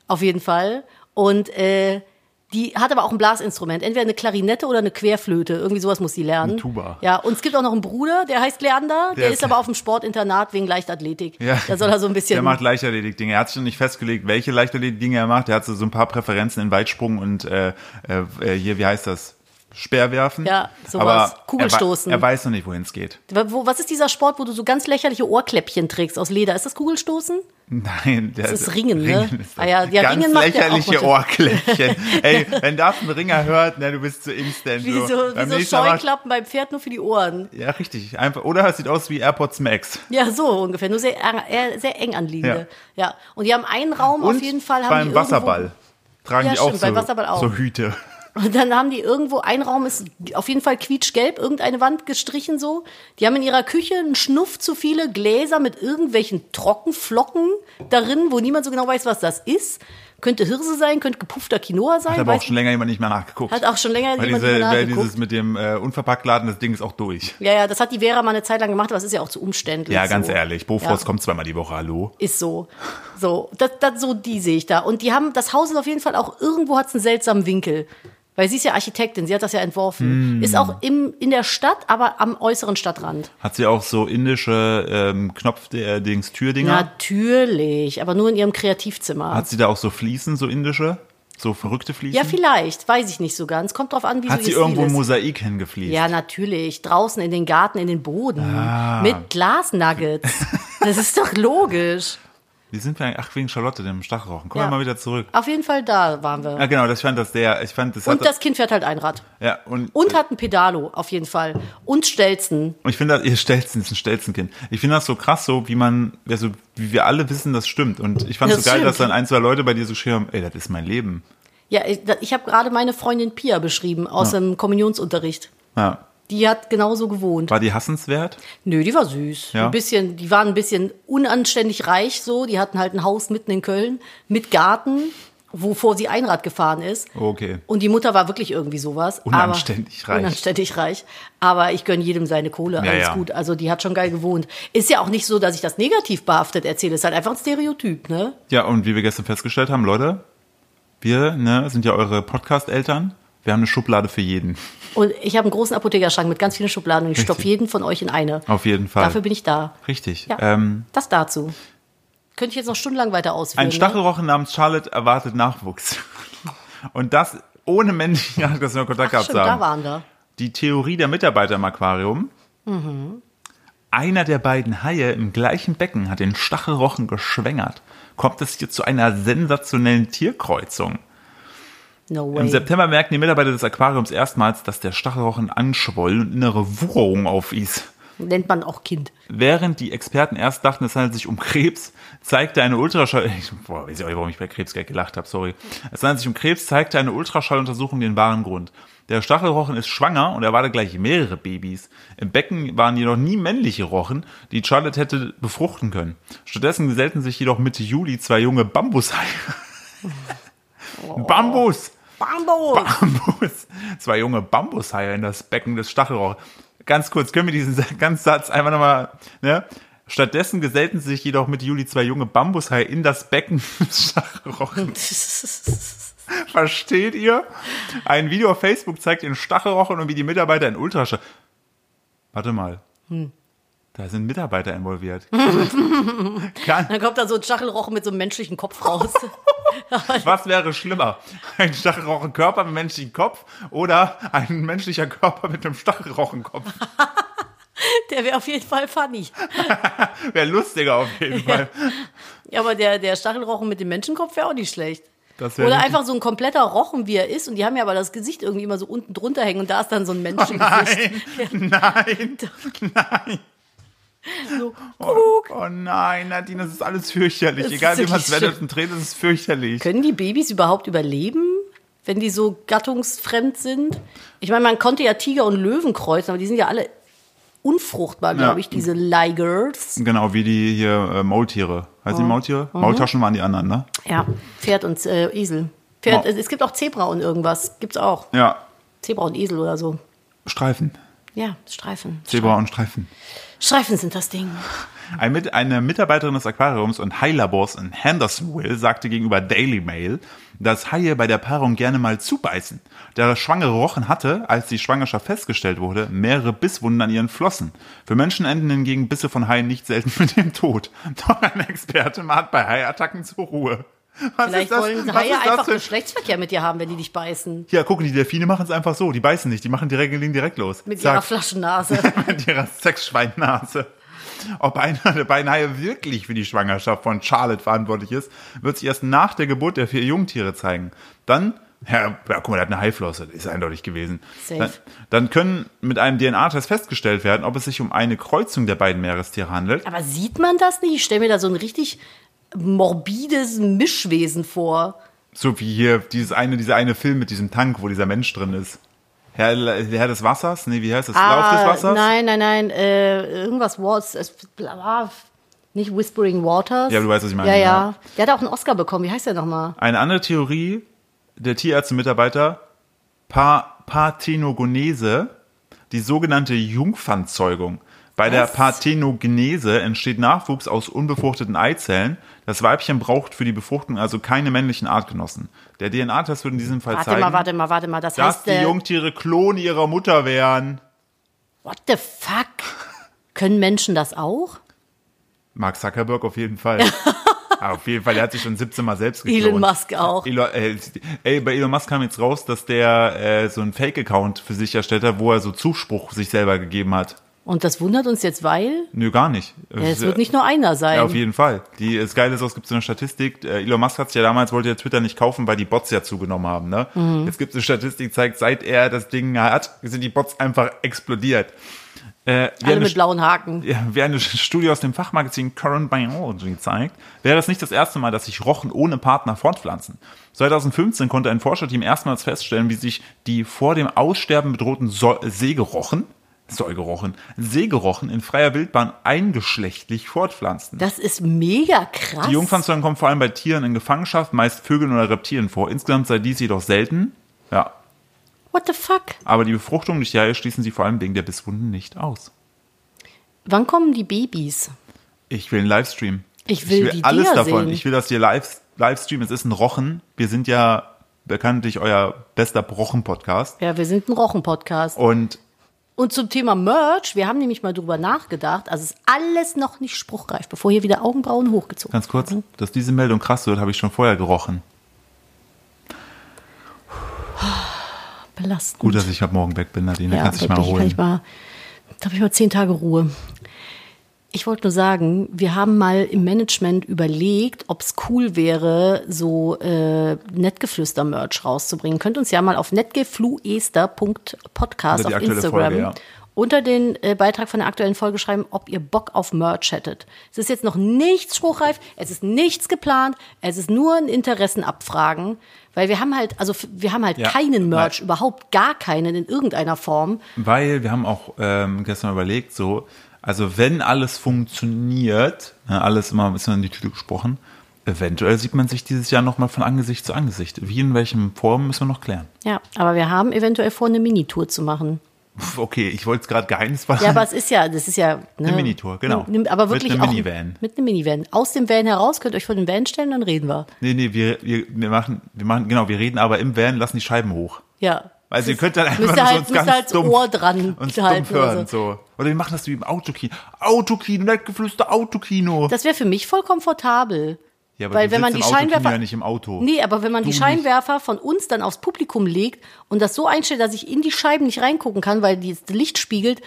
Auf jeden Fall. Und äh, die hat aber auch ein Blasinstrument. Entweder eine Klarinette oder eine Querflöte. Irgendwie sowas muss sie lernen. Eine Tuba. Ja, und es gibt auch noch einen Bruder, der heißt Leander. Der, Der ist ist- aber auf dem Sportinternat wegen Leichtathletik. Ja. Da soll er so ein bisschen. Der macht Leichtathletik-Dinge. Er hat sich noch nicht festgelegt, welche Leichtathletik-Dinge er macht. Er hat so so ein paar Präferenzen in Weitsprung und äh, äh, hier, wie heißt das? Speerwerfen. Ja, sowas. er wei- Kugelstoßen. Er, weiß noch nicht, wohin es geht. wo, was ist dieser Sport, wo du so ganz lächerliche Ohrkläppchen trägst aus Leder? Ist das Kugelstoßen? Nein, der Das ist Ringen, ne? ist das. Ah ja, ja, Ganz Ringen macht der lächerliche auch Ohrkläppchen. *laughs* Ey, wenn das ein Ringer hört, ne, du bist zu instant. Wie so, Beim wie so nächsten Mal macht- Scheuklappen beim Pferd nur für die Ohren. Ja, richtig. Einfach. Oder es sieht aus wie AirPods Max. Ja, so ungefähr. Nur sehr, eng- eher sehr eng anliegende. Ja. Und die haben einen Raum Und auf jeden Fall. Haben beim die Wasserball tragen Ja, die auch, stimmt, so, beim Wasserball auch. so Hüte. Irgendwo, und dann haben die irgendwo, ein Raum ist auf jeden Fall quietschgelb, irgendeine Wand gestrichen so. Die haben in ihrer Küche einen Schnuff zu viele Gläser mit irgendwelchen Trockenflocken darin, wo niemand so genau weiß, was das ist. Könnte Hirse sein, könnte gepuffter Quinoa sein. Hat aber auch weiß schon länger jemand nicht mehr nachgeguckt. Hat auch schon länger Weil jemand diese, nicht mehr weil nachgeguckt. dieses mit dem äh, Unverpacktladen, das Ding ist auch durch. ja, ja, das hat die Vera mal eine Zeit lang gemacht, aber es ist ja auch zu umständlich. Ja, ganz so. ehrlich. Bofors Ja. kommt zweimal die Woche, hallo. Ist so. So, das, das, so die sehe ich da. Und die haben, das Haus ist auf jeden Fall auch, irgendwo hat es einen seltsamen Winkel. Weil sie ist ja Architektin, sie hat das ja Hm. entworfen. Ist auch im, in der Stadt, aber am äußeren Stadtrand. Hat sie auch so indische ähm, Knopf-Dings, Türdinger? Natürlich, aber nur in ihrem Kreativzimmer. Hat sie da auch so Fliesen, so indische? So verrückte Fliesen? ja, vielleicht, weiß ich nicht so ganz. Kommt drauf an, wie Hat so sie ihr irgendwo ein Stil ist. Mosaik hingefliest? Ja, natürlich. Draußen in den Garten, in den Boden. Ah. Mit *laughs* Glasnuggets. Das ist doch logisch. Wie sind wir eigentlich? Ach, wegen Charlotte, dem Stachelrochen. Kommen wir Ja. mal wieder zurück. Auf jeden Fall da waren wir. Ja, genau, das fand das sehr. Ich fand das. Und hat, das Kind fährt halt ein Rad. ja, und, Und hat ein Pedalo, auf jeden Fall. Und Stelzen. Und ich finde, das- ihr Stelzen ist ein Stelzenkind. Ich finde das so krass, so wie man, also wie wir alle wissen, das stimmt. Und ich fand es Das so geil, dass stimmt. dann ein, zwei Leute bei dir so schrieben, haben, ey, das ist mein Leben. Ja, ich, da- ich habe gerade meine Freundin Pia beschrieben aus dem Kommunionsunterricht. Ja. Die hat genauso gewohnt. War die hassenswert? Nö, die war süß. Ja. Ein bisschen, die waren ein bisschen unanständig reich so. Die hatten halt ein Haus mitten in Köln mit Garten, wovor sie Einrad gefahren ist. Okay. Und die Mutter war wirklich irgendwie sowas. Unanständig aber, reich. Unanständig reich. Aber ich gönn jedem seine Kohle. Ja, Alles ja. gut. Also die hat schon geil gewohnt. Ist ja auch nicht so, dass ich das negativ behaftet erzähle. Ist halt einfach ein Stereotyp, ne? Ja, und wie wir gestern festgestellt haben, Leute, wir ne, sind ja eure Podcast-Eltern. Wir haben eine Schublade für jeden. Und ich habe einen großen Apothekerschrank mit ganz vielen Schubladen und ich Richtig. stopf jeden von euch in eine. Auf jeden Fall. Dafür bin ich da. Richtig. Ja, Ähm, das dazu. Könnte ich jetzt noch stundenlang weiter ausführen. ein ne? Stachelrochen namens Charlotte erwartet Nachwuchs. *laughs* Und das ohne Menschen, dass wir Kontakt Ach, gehabt stimmt, da haben. waren wir. Die Theorie der Mitarbeiter im Aquarium. Mhm. Einer der beiden Haie im gleichen Becken hat den Stachelrochen geschwängert. Kommt es hier zu einer sensationellen Tierkreuzung? No Im way. September merken die Mitarbeiter des Aquariums erstmals, dass der Stachelrochen anschwoll und innere Wucherung aufwies. Nennt man auch Kind. Während die Experten erst dachten, es handelt sich um Krebs, zeigte eine Ultraschall. *laughs* Ich, boah, weiß ich auch nicht, warum ich bei Krebs gleich gelacht habe, sorry. Es handelt sich um Krebs, zeigte eine Ultraschalluntersuchung den wahren Grund. Der Stachelrochen ist schwanger und erwartet gleich mehrere Babys. Im Becken waren jedoch nie männliche Rochen, die Charlotte hätte befruchten können. Stattdessen gesellten sich jedoch Mitte Juli zwei junge Bambushaie. *laughs* Bambus! Bambo! Bambus. Zwei junge Bambushaie in das Becken des Stachelrohrs. Ganz kurz, können wir diesen *laughs* Sa- ganzen Satz einfach nochmal, ne? Stattdessen gesellten sich jedoch mit Juli zwei junge Bambushaie in das Becken *laughs* des Stachelrochen. *laughs* Versteht ihr? Ein Video auf Facebook zeigt den Stachelrochen und wie die Mitarbeiter in Ultraschall. Warte mal. Da sind Mitarbeiter involviert. Kann, *laughs* Dann kommt da so ein Stachelrochen mit so einem menschlichen *laughs* Kopf raus. Was wäre schlimmer? Ein Stachelrochenkörper mit menschlichem Kopf oder ein menschlicher Körper mit einem Stachelrochenkopf? Der wäre auf jeden Fall funny. Wäre lustiger auf jeden Fall. Ja, aber der, der Stachelrochen mit dem Menschenkopf wäre auch nicht schlecht. Das wär Oder richtig- einfach so ein kompletter Rochen, wie er ist. Und die haben ja aber das Gesicht irgendwie immer so unten drunter hängen und da ist *laughs* dann so ein Menschengesicht. Oh Nein, *laughs* nein, nein. So, Oh, oh nein, Nadine, das ist alles fürchterlich. Das ist Egal wie man es wirklich wendet und dreht, es ist fürchterlich. Können die Babys überhaupt überleben, wenn die so gattungsfremd sind? Ich meine, man konnte ja Tiger und Löwen kreuzen, aber die sind ja alle unfruchtbar, glaube ich, diese Ligers. Genau, wie die hier äh, Maultiere. Heißt die Oh. Maultiere? Mhm. Maultaschen waren die anderen, ne? Ja, Pferd und äh, Esel. Pferd, Wow. Es gibt auch Zebra und irgendwas. Gibt's auch. Ja, Zebra und Esel oder so. Streifen. Ja, Streifen. Zebra und Streifen. Streifen sind das Ding. Ein Mit eine Mitarbeiterin des Aquariums und Hailabors in Hendersonville sagte gegenüber Daily Mail, dass Haie bei der Paarung gerne mal zubeißen. Der schwangere Rochen hatte, als die Schwangerschaft festgestellt wurde, mehrere Bisswunden an ihren Flossen. Für Menschen enden hingegen Bisse von Haien nicht selten mit dem Tod. *laughs* Doch ein Experte mahnt bei Haiattacken zur Ruhe. Was Vielleicht wollen Was Haie ist das einfach für- Geschlechtsverkehr mit dir haben, wenn die dich beißen. Ja, gucken, die Delfine machen es einfach so. Die beißen nicht, die machen direkt, gehen direkt los. Mit Zack. ihrer Flaschennase. *laughs* mit ihrer Sexschweinnase. Ob einer der beiden Haie wirklich für die Schwangerschaft von Charlotte verantwortlich ist, wird sich erst nach der Geburt der vier Jungtiere zeigen. Dann, ja, ja guck mal, der hat eine Haiflosse, das ist eindeutig gewesen. Safe. Dann, dann können mit einem DNA-Test festgestellt werden, ob es sich um eine Kreuzung der beiden Meerestiere handelt. Aber sieht man das nicht? Ich stelle mir da so ein richtig morbides Mischwesen vor. So wie hier dieses eine, dieser eine Film mit diesem Tank, wo dieser Mensch drin ist. Herr, Herr des Wassers? Nee, wie heißt das? Lauf des Wassers? Ah, Nein, nein, nein. Äh, irgendwas Waters. es- bla, bla, Nicht Whispering Waters. Ja, du weißt, was ich meine, Ja, ja. ja. Der hat auch einen Oscar bekommen. Wie heißt der nochmal? Eine andere Theorie der Tierärzte-Mitarbeiter, pa Parthenogenese, die sogenannte Jungfernzeugung. Bei der Parthenogenese entsteht Nachwuchs aus unbefruchteten Eizellen. Das Weibchen braucht für die Befruchtung also keine männlichen Artgenossen. Der DNA-Test würde in diesem Fall Warte zeigen, mal, warte mal, warte mal. Das dass heißt, die äh, Jungtiere Klone ihrer Mutter wären. what the fuck? Können Menschen das auch? Mark Zuckerberg auf jeden *laughs* Fall. Ah, auf jeden Fall, der hat sich schon 17 Mal selbst geklont. Elon Musk auch. Elon, äh, ey, bei Elon Musk kam jetzt raus, dass der äh, so einen Fake-Account für sich erstellt hat, wo er so Zuspruch sich selber gegeben hat. Und das wundert uns jetzt, weil Nö, gar nicht. äh, es wird nicht nur einer sein. Ja, auf jeden Fall. Die, das Geile ist, es gibt so eine Statistik. äh, Elon Musk hat sich ja damals, wollte ja Twitter nicht kaufen, weil die Bots ja zugenommen haben. Ne? Mhm. Jetzt gibt es eine Statistik, zeigt, seit er das Ding hat, sind die Bots einfach explodiert. Äh, wir Alle haben eine mit blauen Haken. ja, wie eine Studie aus dem Fachmagazin Current Biology zeigt, wäre das nicht das erste Mal, dass sich Rochen ohne Partner fortpflanzen. 2015 konnte ein Forscherteam erstmals feststellen, wie sich die vor dem Aussterben bedrohten so Seegerochen, Säugerochen, Seegerochen in freier Wildbahn eingeschlechtlich fortpflanzten. Das ist mega krass. Die Jungfernzeugen kommen vor allem bei Tieren in Gefangenschaft, meist Vögeln oder Reptilien vor. Insgesamt sei dies jedoch selten. Ja, What the fuck? aber die Befruchtung durch die Haie schließen sie vor allem wegen der Bisswunden nicht aus. Wann kommen die Babys? Ich will einen Livestream. Ich will die alles Dinger davon. sehen. Ich will, dass ihr live, Livestream. Es ist ein Rochen. Wir sind ja bekanntlich euer bester Rochen-Podcast. Ja, wir sind ein Rochen-Podcast. Und Und zum Thema Merch, wir haben nämlich mal drüber nachgedacht. Also es ist alles noch nicht spruchreif, bevor hier wieder Augenbrauen hochgezogen ganz kurz, dass diese Meldung krass wird, habe ich schon vorher gerochen. werden. Belastend. Gut, dass ich ab morgen weg bin, Nadine. ja, kannst dich mal wirklich, erholen. kann ich mal, da habe ich mal zehn Tage Ruhe. Ich wollte nur sagen, wir haben mal im Management überlegt, ob es cool wäre, so äh, Nettgeflüster-Merch rauszubringen. Könnt uns ja mal auf nettgefluester.podcast Unter die auf aktuelle Instagram Folge, ja. unter den äh, Beitrag von der aktuellen Folge schreiben, ob ihr Bock auf Merch hättet. Es ist jetzt noch nichts spruchreif, es ist nichts geplant, es ist nur ein Interessenabfragen, weil wir haben halt, also f- wir haben halt Ja, keinen weil- Merch, überhaupt gar keinen in irgendeiner Form. Weil wir haben auch ähm, gestern überlegt, so, also wenn alles funktioniert, ne, alles immer ein bisschen in die Tüte gesprochen, eventuell sieht man sich dieses Jahr nochmal von Angesicht zu Angesicht. Wie in welchem Form müssen wir noch klären. *laughs* Ja, aber wir haben eventuell vor, eine Minitour zu machen. Pff, Okay, ich wollte es gerade geheimnisvoll Ja, aber es ist ja, das ist ja ne, Eine Minitour, genau. Ne, aber Mit wirklich einem auch Minivan. mit einem Minivan. Aus dem Van heraus könnt ihr euch vor den Van stellen, dann reden wir. Nee, nee, wir, wir, wir machen, wir machen, genau, wir reden aber im Van, lassen die Scheiben hoch. Ja. Also ihr könnt dann einfach müsst nur ihr so halt, uns müsst ihr ganz halt das dumpf- Ohr dran Uns halten also. dumpf hören, oder so. so. Oder wir machen das wie im Autokino. Autokino, nettgeflüster Autokino. Das wäre für mich voll komfortabel. ja, weil du wenn man sitzt die im Autokino Scheinwerfer- ja nicht im Auto. Nee, aber wenn man die nicht. Scheinwerfer von uns dann aufs Publikum legt und das so einstellt, dass ich in die Scheiben nicht reingucken kann, weil die- das Licht spiegelt,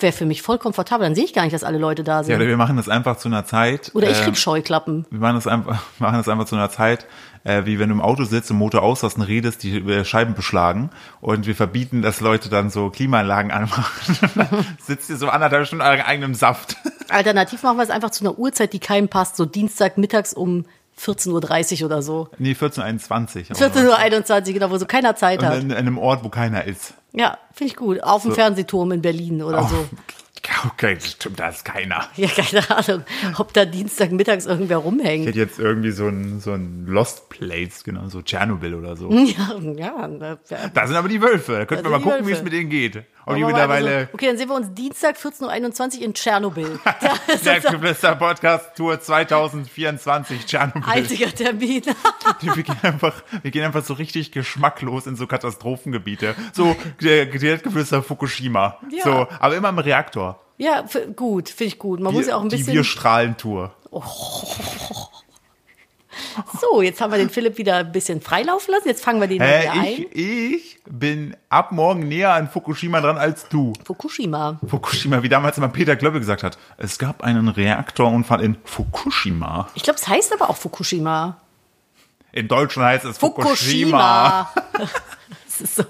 wäre für mich voll komfortabel. Dann sehe ich gar nicht, dass alle Leute da Ja, sind. oder wir machen das einfach zu einer Zeit. oder ich ähm, krieg Scheuklappen. wir machen das einfach, *laughs* machen das einfach zu einer Zeit, äh, wie wenn du im Auto sitzt, im Motor auslassen, redest, die äh, Scheiben beschlagen und wir verbieten, dass Leute dann so Klimaanlagen *laughs* anmachen. Sitzt ihr so anderthalb Stunden an eigenem Saft. *laughs* Alternativ machen wir es einfach zu einer Uhrzeit, die keinem passt, so Dienstag mittags um 14.30 Uhr oder so. Nee, 1421. 14.21 Uhr, genau, wo so keiner Zeit Und hat. in, in einem Ort, wo keiner ist. Ja, finde ich gut. Auf dem Fernsehturm in Berlin oder so. Oh, *laughs* okay, stimmt, da ist keiner. Ja, keine Ahnung, ob da Dienstag mittags irgendwer rumhängt. Ich hätte jetzt irgendwie so ein, so ein Lost Place, genau, so Tschernobyl oder so. *laughs* Ja, ja. da- ja. Da sind aber die Wölfe. Da könnten wir Da mal sind die gucken, wie es Wölfe. mit denen geht. Ob die Aber mal einfach mittlerweile So, okay, dann sehen wir uns Dienstag 14.21 Uhr in Tschernobyl. *laughs* *laughs* Das also- ist der unser Geflüster Podcast Tour 2024 Tschernobyl. *laughs* einziger Termin. *laughs* Wir gehen, einfach, wir gehen einfach so richtig geschmacklos in so Katastrophengebiete. So der, der Geflüster Fukushima. Ja. So, aber immer im Reaktor. Ja, f- gut, finde ich gut. Man Die, muss ja auch ein die bisschen. Wir-Strahlen-Tour. So, jetzt haben wir den Philipp wieder ein bisschen freilaufen lassen. Jetzt fangen wir den Hä, wieder ein. ich, ich bin ab morgen näher an Fukushima dran als du. Fukushima. Fukushima, wie damals immer Peter Glöbbe gesagt hat, es gab einen Reaktorunfall in Fukushima. Ich glaube, es heißt aber auch Fukushima. In Deutschland heißt es Fukushima. *laughs* Das ist so.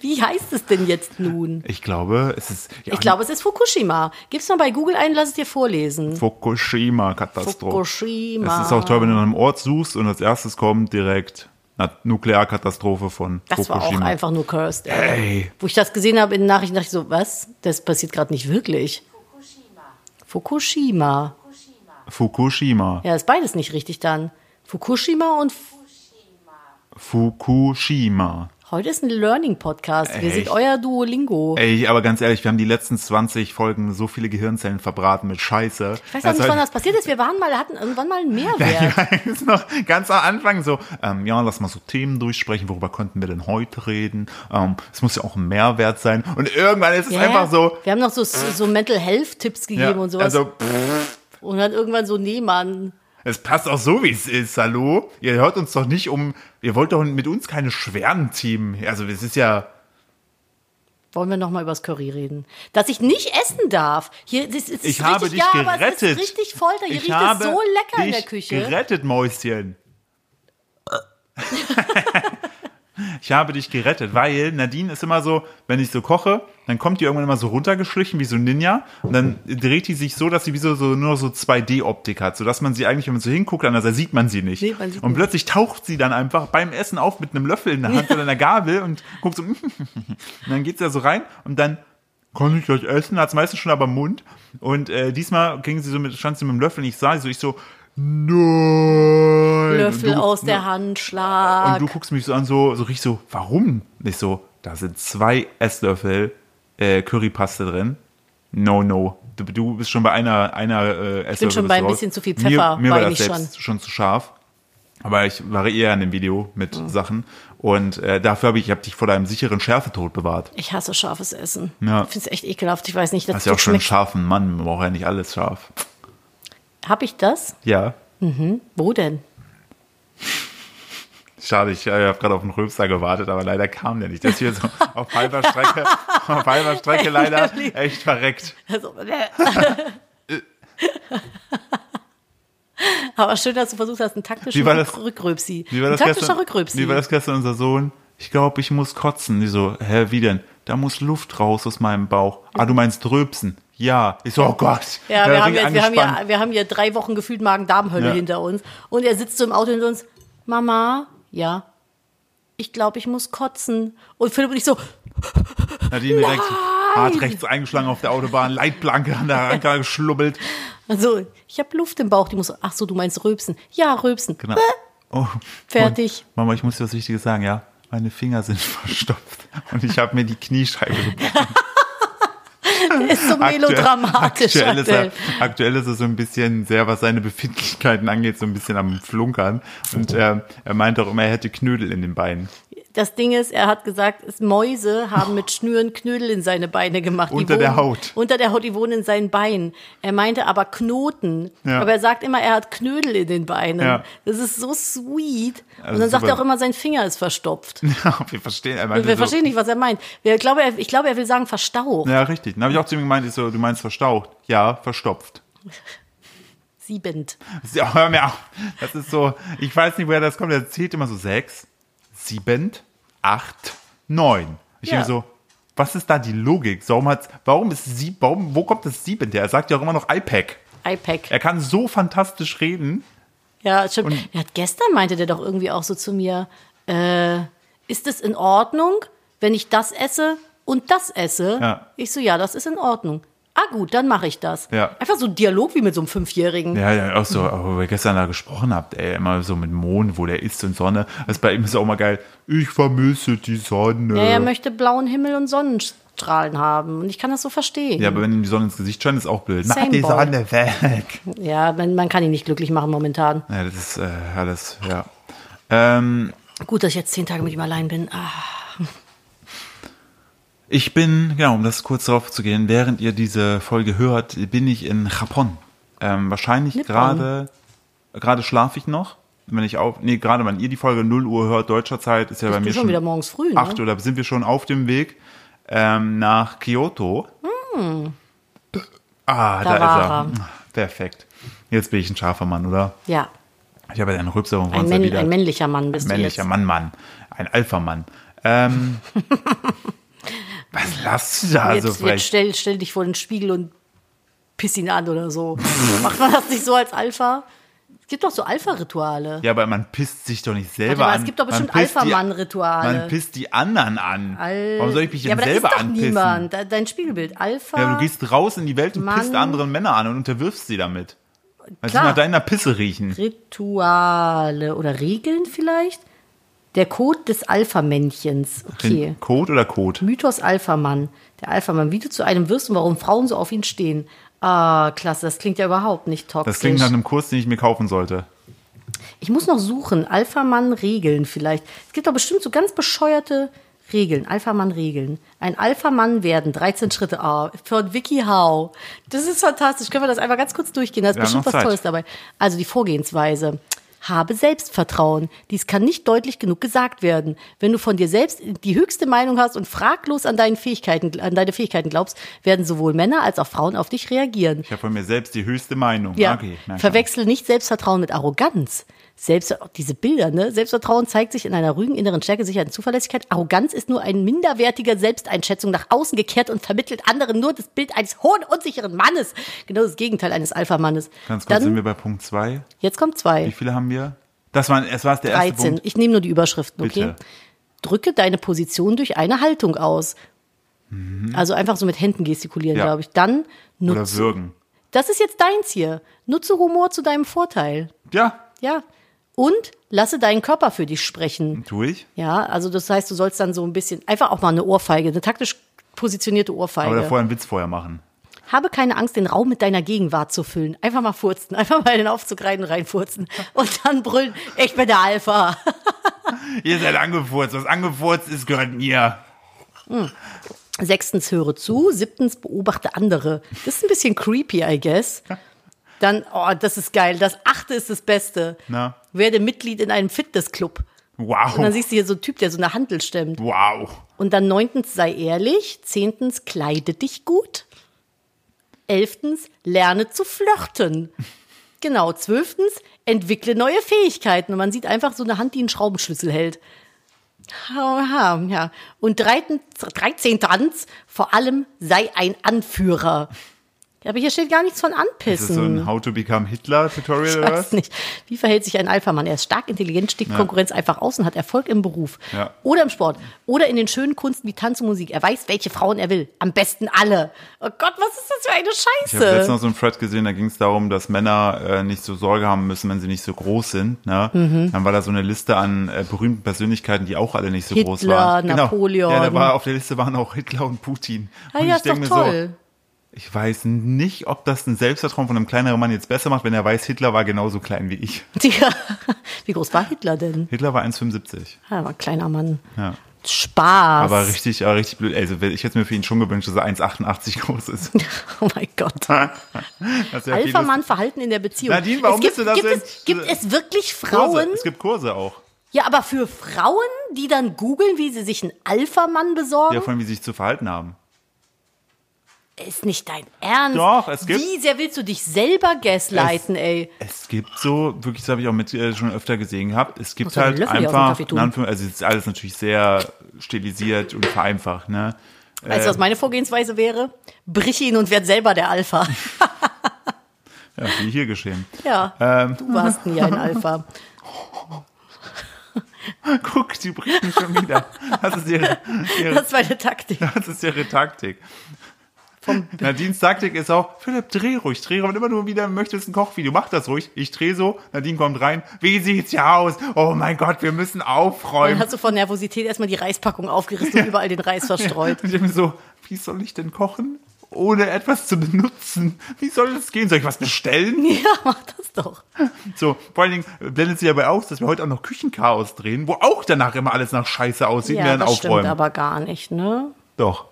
Wie heißt es denn jetzt nun? Ich glaube, es ist ja, Ich glaube, es ist Fukushima. Gib's mal bei Google ein, lass es dir vorlesen. Fukushima-Katastrophe. Fukushima. Es ist auch toll, wenn du nach einem Ort suchst und als erstes kommt direkt eine Nuklearkatastrophe von das war auch Fukushima. einfach nur cursed. ey. Ey, Wo ich das gesehen habe in den Nachrichten, dachte ich so, was? Das passiert gerade nicht wirklich. Fukushima. Fukushima. Ja, ist beides nicht richtig dann. Fukushima und Fukushima. Heute ist ein Learning-Podcast. Wir Echt? sind euer Duolingo. Ey, aber ganz ehrlich, wir haben die letzten 20 Folgen so viele Gehirnzellen verbraten mit Scheiße. Ich weiß auch nicht, wann das passiert ist. Wir waren mal, hatten irgendwann mal einen *laughs* Mehrwert. ist noch ganz am Anfang so, ähm, ja, lass mal so Themen durchsprechen, worüber konnten wir denn heute reden? Ähm, Es muss ja auch ein Mehrwert sein. Und irgendwann ist es Ja, einfach so, Wir haben noch so, so Mental Health-Tipps ja, gegeben und sowas. also pff, und dann irgendwann so, nee, Mann. es passt auch so, wie es ist, hallo? Ihr hört uns doch nicht um, ihr wollt doch mit uns keine schweren Themen, also es ist ja, Wollen wir nochmal über das Curry reden? Dass ich nicht essen darf. Hier, das ist ich richtig, habe dich ja, aber es gerettet. ist richtig Folter. Hier ich riecht habe es so lecker dich in der Küche. gerettet, *laughs* Mäuschen. ich habe dich gerettet, weil Nadine ist immer so, wenn ich so koche, dann kommt die irgendwann immer so runtergeschlichen wie so ein Ninja und dann dreht die sich so, dass sie wie so, so nur so 2D-Optik hat, sodass man sie eigentlich, wenn man so hinguckt, an der Seite sieht man sie nicht. Nee, man sieht und nicht. plötzlich taucht sie dann einfach beim Essen auf mit einem Löffel in der Hand oder einer Gabel und guckt so, *laughs* und dann geht's da so rein und dann kann ich gleich essen, hat's meistens schon aber im Mund. Und äh, diesmal ging sie so mit, stand sie mit dem Löffel und ich sah sie so, ich so, nein. Löffel Und du- aus der Hand, Schlag. Und du guckst mich so an, so, so richtig so, warum? Nicht so, da sind zwei Esslöffel äh, Currypaste drin. No, no. Du, du bist schon bei einer, einer äh, Esslöffel. schon bist bei ein du raus. bisschen zu viel Pfeffer, Mir, mir war war das ich selbst schon. zu scharf. Aber ich variiere an dem Video mit Mhm. Sachen. Und äh, dafür habe ich, ich habe dich vor deinem sicheren Schärfetod bewahrt. Ich hasse scharfes Essen. Ja. Ich finde es echt ekelhaft. Ich weiß nicht, Das das, ist ja auch das schon einen schmeckt. scharfen Mann, man braucht ja nicht alles scharf. Hab ich das? Ja. Wo denn? Schade, ich äh, habe gerade auf den Rülpser gewartet, aber leider kam der nicht. Das hier *laughs* so auf halber Strecke, auf halber Strecke leider echt verreckt. Also, äh. *laughs* Aber schön, dass du versucht hast, einen taktischen Wie war das- Rück- Rückrübsi. Wie war das ein taktischer gestern? Rückrübsi. Wie war das gestern unser Sohn? Ich glaube, ich muss kotzen. Die so, hä, wie denn? Da muss Luft raus aus meinem Bauch. Ah, du meinst Rülpsen? Ja. Ich so, oh Gott. Ja, Der wir war haben, ja, richtig wir, haben angespannt. ja, wir haben ja drei Wochen gefühlt Magen-Darm-Hölle Ja. hinter uns. Und er sitzt so im Auto hinter uns. Mama, ja, ich glaube, ich muss kotzen. Und Philipp und ich so, Nadine direkt hart rechts eingeschlagen auf der Autobahn, Leitplanke an der Anker geschlubbelt. also, ich habe Luft im Bauch. Die muss, ach so, du meinst Rülpsen. Ja, Rülpsen. Genau. Oh. Fertig. Und, Mama, ich muss dir was Wichtiges sagen, ja? Meine Finger sind *laughs* verstopft und ich habe mir die Kniescheibe gebrochen. *laughs* Ist so melodramatisch. Aktuell ist, er, aktuell. aktuell ist er so ein bisschen sehr, was seine Befindlichkeiten angeht, so ein bisschen am Flunkern. Und ähm, er meint auch immer, er hätte Knödel in den Beinen. *laughs* Das Ding ist, er hat gesagt, es Mäuse haben mit Schnüren Knödel in seine Beine gemacht. Die Unter der Haut. Unter der Haut, die wohnen in seinen Beinen. Er meinte aber Knoten. Ja. Aber er sagt immer, er hat Knödel in den Beinen. Ja. Das ist so sweet. Also Und dann sagt super. er auch immer, sein Finger ist verstopft. wir verstehen, er meinte Wir so, verstehen nicht, was er meint. Wir, ich, glaube, er, ich glaube, er will sagen verstaucht. Ja, richtig. Dann habe ich auch zu ihm gemeint, ich so, du meinst verstaucht. Ja, verstopft. Siebend. Das ist ja- *laughs* Hör mir auf. Das ist so, ich weiß nicht, woher das kommt. Er zählt immer so sechs, sieben, acht, neun. Ich Ja. denke so, was ist da die Logik? Warum hat's, warum ist sie, warum, wo kommt das sieben her? Er sagt ja auch immer noch iPack. IPAC. Er kann so fantastisch reden. Ja, stimmt. Er hat gestern meinte der doch irgendwie auch so zu mir, äh, ist es in Ordnung, wenn ich das esse und das esse? Ja. Ich so, ja, das ist in Ordnung. Ah gut, dann mache ich das. Ja. Einfach so ein Dialog wie mit so einem Fünfjährigen. Ja, ja, auch so, aber wo ihr gestern da gesprochen habt, ey, immer so mit Mond, wo der ist und Sonne. Das bei ihm ist auch mal geil. Ich vermisse die Sonne. Ja, er möchte blauen Himmel und Sonnenstrahlen haben. Und ich kann das so verstehen. Ja, aber wenn ihm die Sonne ins Gesicht scheint, ist auch blöd. Mach Same die ball. Sonne weg. Ja, man, man kann ihn nicht glücklich machen momentan. Ja, das ist äh, alles, ja. Ähm, Gut, dass ich jetzt zehn Tage mit ihm allein bin. Ah, ich bin, genau, um das kurz drauf zu gehen, während ihr diese Folge hört, bin ich in Japon. Ähm, wahrscheinlich Nippon. gerade, gerade schlafe ich noch. Wenn ich auf, nee, gerade wenn ihr die Folge 0 Uhr hört, deutscher Zeit, ist ja bei bist mir du schon wieder morgens früh, ne? acht oder sind wir schon auf dem Weg ähm, nach Kyoto. Ah, da, Hm. Da war er. ist er. Perfekt. Jetzt bin ich ein scharfer Mann, oder? ja. Ich habe ja deine Rübserung Ein, von Männ, wieder. ein männlicher Mann bist männlicher du jetzt. Mann, Mann. Ein Alpha-Mann. Ähm, *laughs* was lasst ihr da so jetzt, jetzt Also vielleicht? stell, stell dich vor den Spiegel und piss ihn an oder *laughs* so. Macht man das nicht so als Alpha? Es gibt doch so Alpha-Rituale. Ja, aber man pisst sich doch nicht selber mal, es an. gibt doch Man bestimmt pisst die- Alpha-Mann-Rituale. Man pisst die anderen an. Warum soll ich mich ja, denn aber selber da ist doch anpissen? niemand. Da- Dein Spiegelbild. Alpha. Ja, aber du gehst raus in die Welt und pisst Mann. andere Männer an und unterwirfst sie damit. Weil sie Klar. nach deiner Pisse riechen. Rituale oder Regeln vielleicht? Der Code des Alpha-Männchens. Okay. Den Code oder Code? Mythos Alpha-Mann. Der Alpha-Mann, wie du zu einem wirst und warum Frauen so auf ihn stehen. Ah, klasse, das klingt ja überhaupt nicht toxisch. Das klingt nach einem Kurs, den ich mir kaufen sollte. ich muss noch suchen. Alpha-Mann-Regeln vielleicht. Es gibt doch bestimmt so ganz bescheuerte Regeln. Alpha-Mann-Regeln. Ein Alpha-Mann werden 13 Schritte. Ah, von Vicky Hau. Das ist fantastisch. Können wir das einfach ganz kurz durchgehen? Da ist Wir haben bestimmt noch was Zeit. Tolles dabei. Also die Vorgehensweise. Habe Selbstvertrauen. Dies kann nicht deutlich genug gesagt werden. Wenn du von dir selbst die höchste Meinung hast und fraglos an, deinen Fähigkeiten, an deine Fähigkeiten glaubst, werden sowohl Männer als auch Frauen auf dich reagieren. Ich habe von mir selbst die höchste Meinung. Ja. Okay, na klar. Verwechsel nicht Selbstvertrauen mit Arroganz. Selbst diese Bilder, ne? Selbstvertrauen zeigt sich in einer ruhigen inneren Stärke, Sicherheit und Zuverlässigkeit. Arroganz ist nur ein minderwertiger Selbsteinschätzung nach außen gekehrt und vermittelt anderen nur das Bild eines hohen, unsicheren Mannes. Genau das Gegenteil eines Alpha-Mannes. Ganz kurz sind Dann, wir bei Punkt 2. jetzt kommt Wie zwei. viele haben wir? Das war, es war der erste 13. Punkt. Ich nehme nur die Überschriften, okay? Bitte. Drücke deine Position durch eine Haltung aus. Also einfach so mit Händen gestikulieren, Mhm. Ja. glaube ich. Dann Oder nutze. würgen. Das ist jetzt deins hier. Nutze Humor zu deinem Vorteil. Ja, Ja. Und lasse deinen Körper für dich sprechen. tu ich. Ja, also das heißt, du sollst dann so ein bisschen, einfach auch mal eine Ohrfeige, eine taktisch positionierte Aber Ohrfeige. davor einen Witz vorher machen. Habe keine Angst, den Raum mit deiner Gegenwart zu füllen. Einfach mal furzen, *laughs* einfach mal den Aufzug rein und *laughs* reinfurzen. Und dann brüllen, ich bin der Alpha. Ihr seid angefurzt. Was angefurzt ist, gehört mir. Sechstens, höre zu. Siebtens, beobachte andere. Das ist ein bisschen creepy, I guess. Dann, oh, das ist geil. Das achte ist das Beste. Na? Werde Mitglied in einem Fitnessclub. Und dann Wow. siehst du hier so einen Typ, der so eine Handel stemmt. Wow. Und dann neuntens, sei ehrlich. Zehntens, kleide dich gut. Elftens, lerne zu flirten. Genau. Zwölftens, entwickle neue Fähigkeiten. Und man sieht einfach so eine Hand, die einen Schraubenschlüssel hält. Aha, ja. Und dreitens, dreizehntens, vor allem sei ein Anführer. Aber hier steht gar nichts von Ist das so Anpissen. ein How to Become Hitler Tutorial Ich oder weiß was? nicht. Wie verhält sich ein Alpha-Mann? Er ist stark, intelligent, stickt Konkurrenz einfach aus und hat Erfolg im Beruf. Ja. Oder im Sport. Oder in den schönen Kunsten wie Tanz und Musik. Er weiß, welche Frauen er will. Am besten alle. Oh Gott, was ist das für Ich habe eine letztens Scheiße? noch so einen Thread gesehen, da ging es darum, dass Männer äh, nicht so Sorge haben müssen, wenn sie nicht so groß sind. Ne? Mhm. Dann war da so eine Liste an äh, berühmten Persönlichkeiten, die auch alle nicht so groß Hitler, waren. Genau. Napoleon. Ja, da war, auf der Liste waren auch Hitler und Putin. Ah und ja, ich ist doch denke mir toll. *laughs* so, ich weiß nicht, ob das ein Selbstvertrauen von einem kleineren Mann jetzt besser macht, wenn er weiß, Hitler war genauso klein wie ich. Tja, wie groß war Hitler denn? Hitler war 1,75. Ja, war ein kleiner Mann. Ja. Spaß. Aber richtig, aber richtig blöd. Also ich hätte mir für ihn schon gewünscht, dass er 1,88 groß *laughs* ist. *laughs* oh mein *laughs* Gott. Das wär viel lustiger. Alpha-Mann verhalten in der Beziehung. Nadine, warum es gibt, bist du da so gibt, es, ins- gibt es wirklich Frauen? Kurse. Es gibt Kurse auch. Ja, aber für Frauen, die dann googeln, wie sie sich einen Alpha-Mann besorgen? Ja, von wie sie sich zu verhalten haben. Ist nicht dein Ernst? Doch, es gibt- Wie sehr willst du dich selber gaslighten, ey? Es gibt so, wirklich, das habe ich auch mit äh, schon öfter gesehen gehabt, es gibt Muss man den halt Löffel hier einfach, aus dem Kaffee tun? in Anführungs- also es ist alles natürlich sehr stilisiert und vereinfacht, ne? Weißt du, was meine Vorgehensweise wäre? Brich ihn und werd selber der *laughs* Alpha. Ja, wie hier geschehen. Ja, Ähm, *laughs* du warst nie ein Alpha. guck, die brechen schon wieder. Das ist ihre, ihre, Das war eine Taktik. *laughs* das ist ihre Taktik. Nadines Taktik ist auch, Philipp, dreh ruhig, dreh ruhig. Wenn immer du wieder möchtest ein Kochvideo, mach das ruhig. Ich dreh so, Nadine kommt rein. Wie sieht's hier aus? Oh mein Gott, wir müssen Dann aufräumen. hast du vor Nervosität erstmal die Reispackung aufgerissen und überall *laughs* den Reis verstreut. *laughs* Und ich denke mir so, wie soll ich denn kochen, ohne etwas zu benutzen? Wie soll das gehen? Soll ich was bestellen? Ja, mach das doch. So, vor allen Dingen blendet sie dabei aus, dass wir heute auch noch Küchenchaos drehen, wo auch danach immer alles nach Scheiße aussieht und wir Ja, dann das aufräumen. stimmt aber gar nicht, ne? Doch.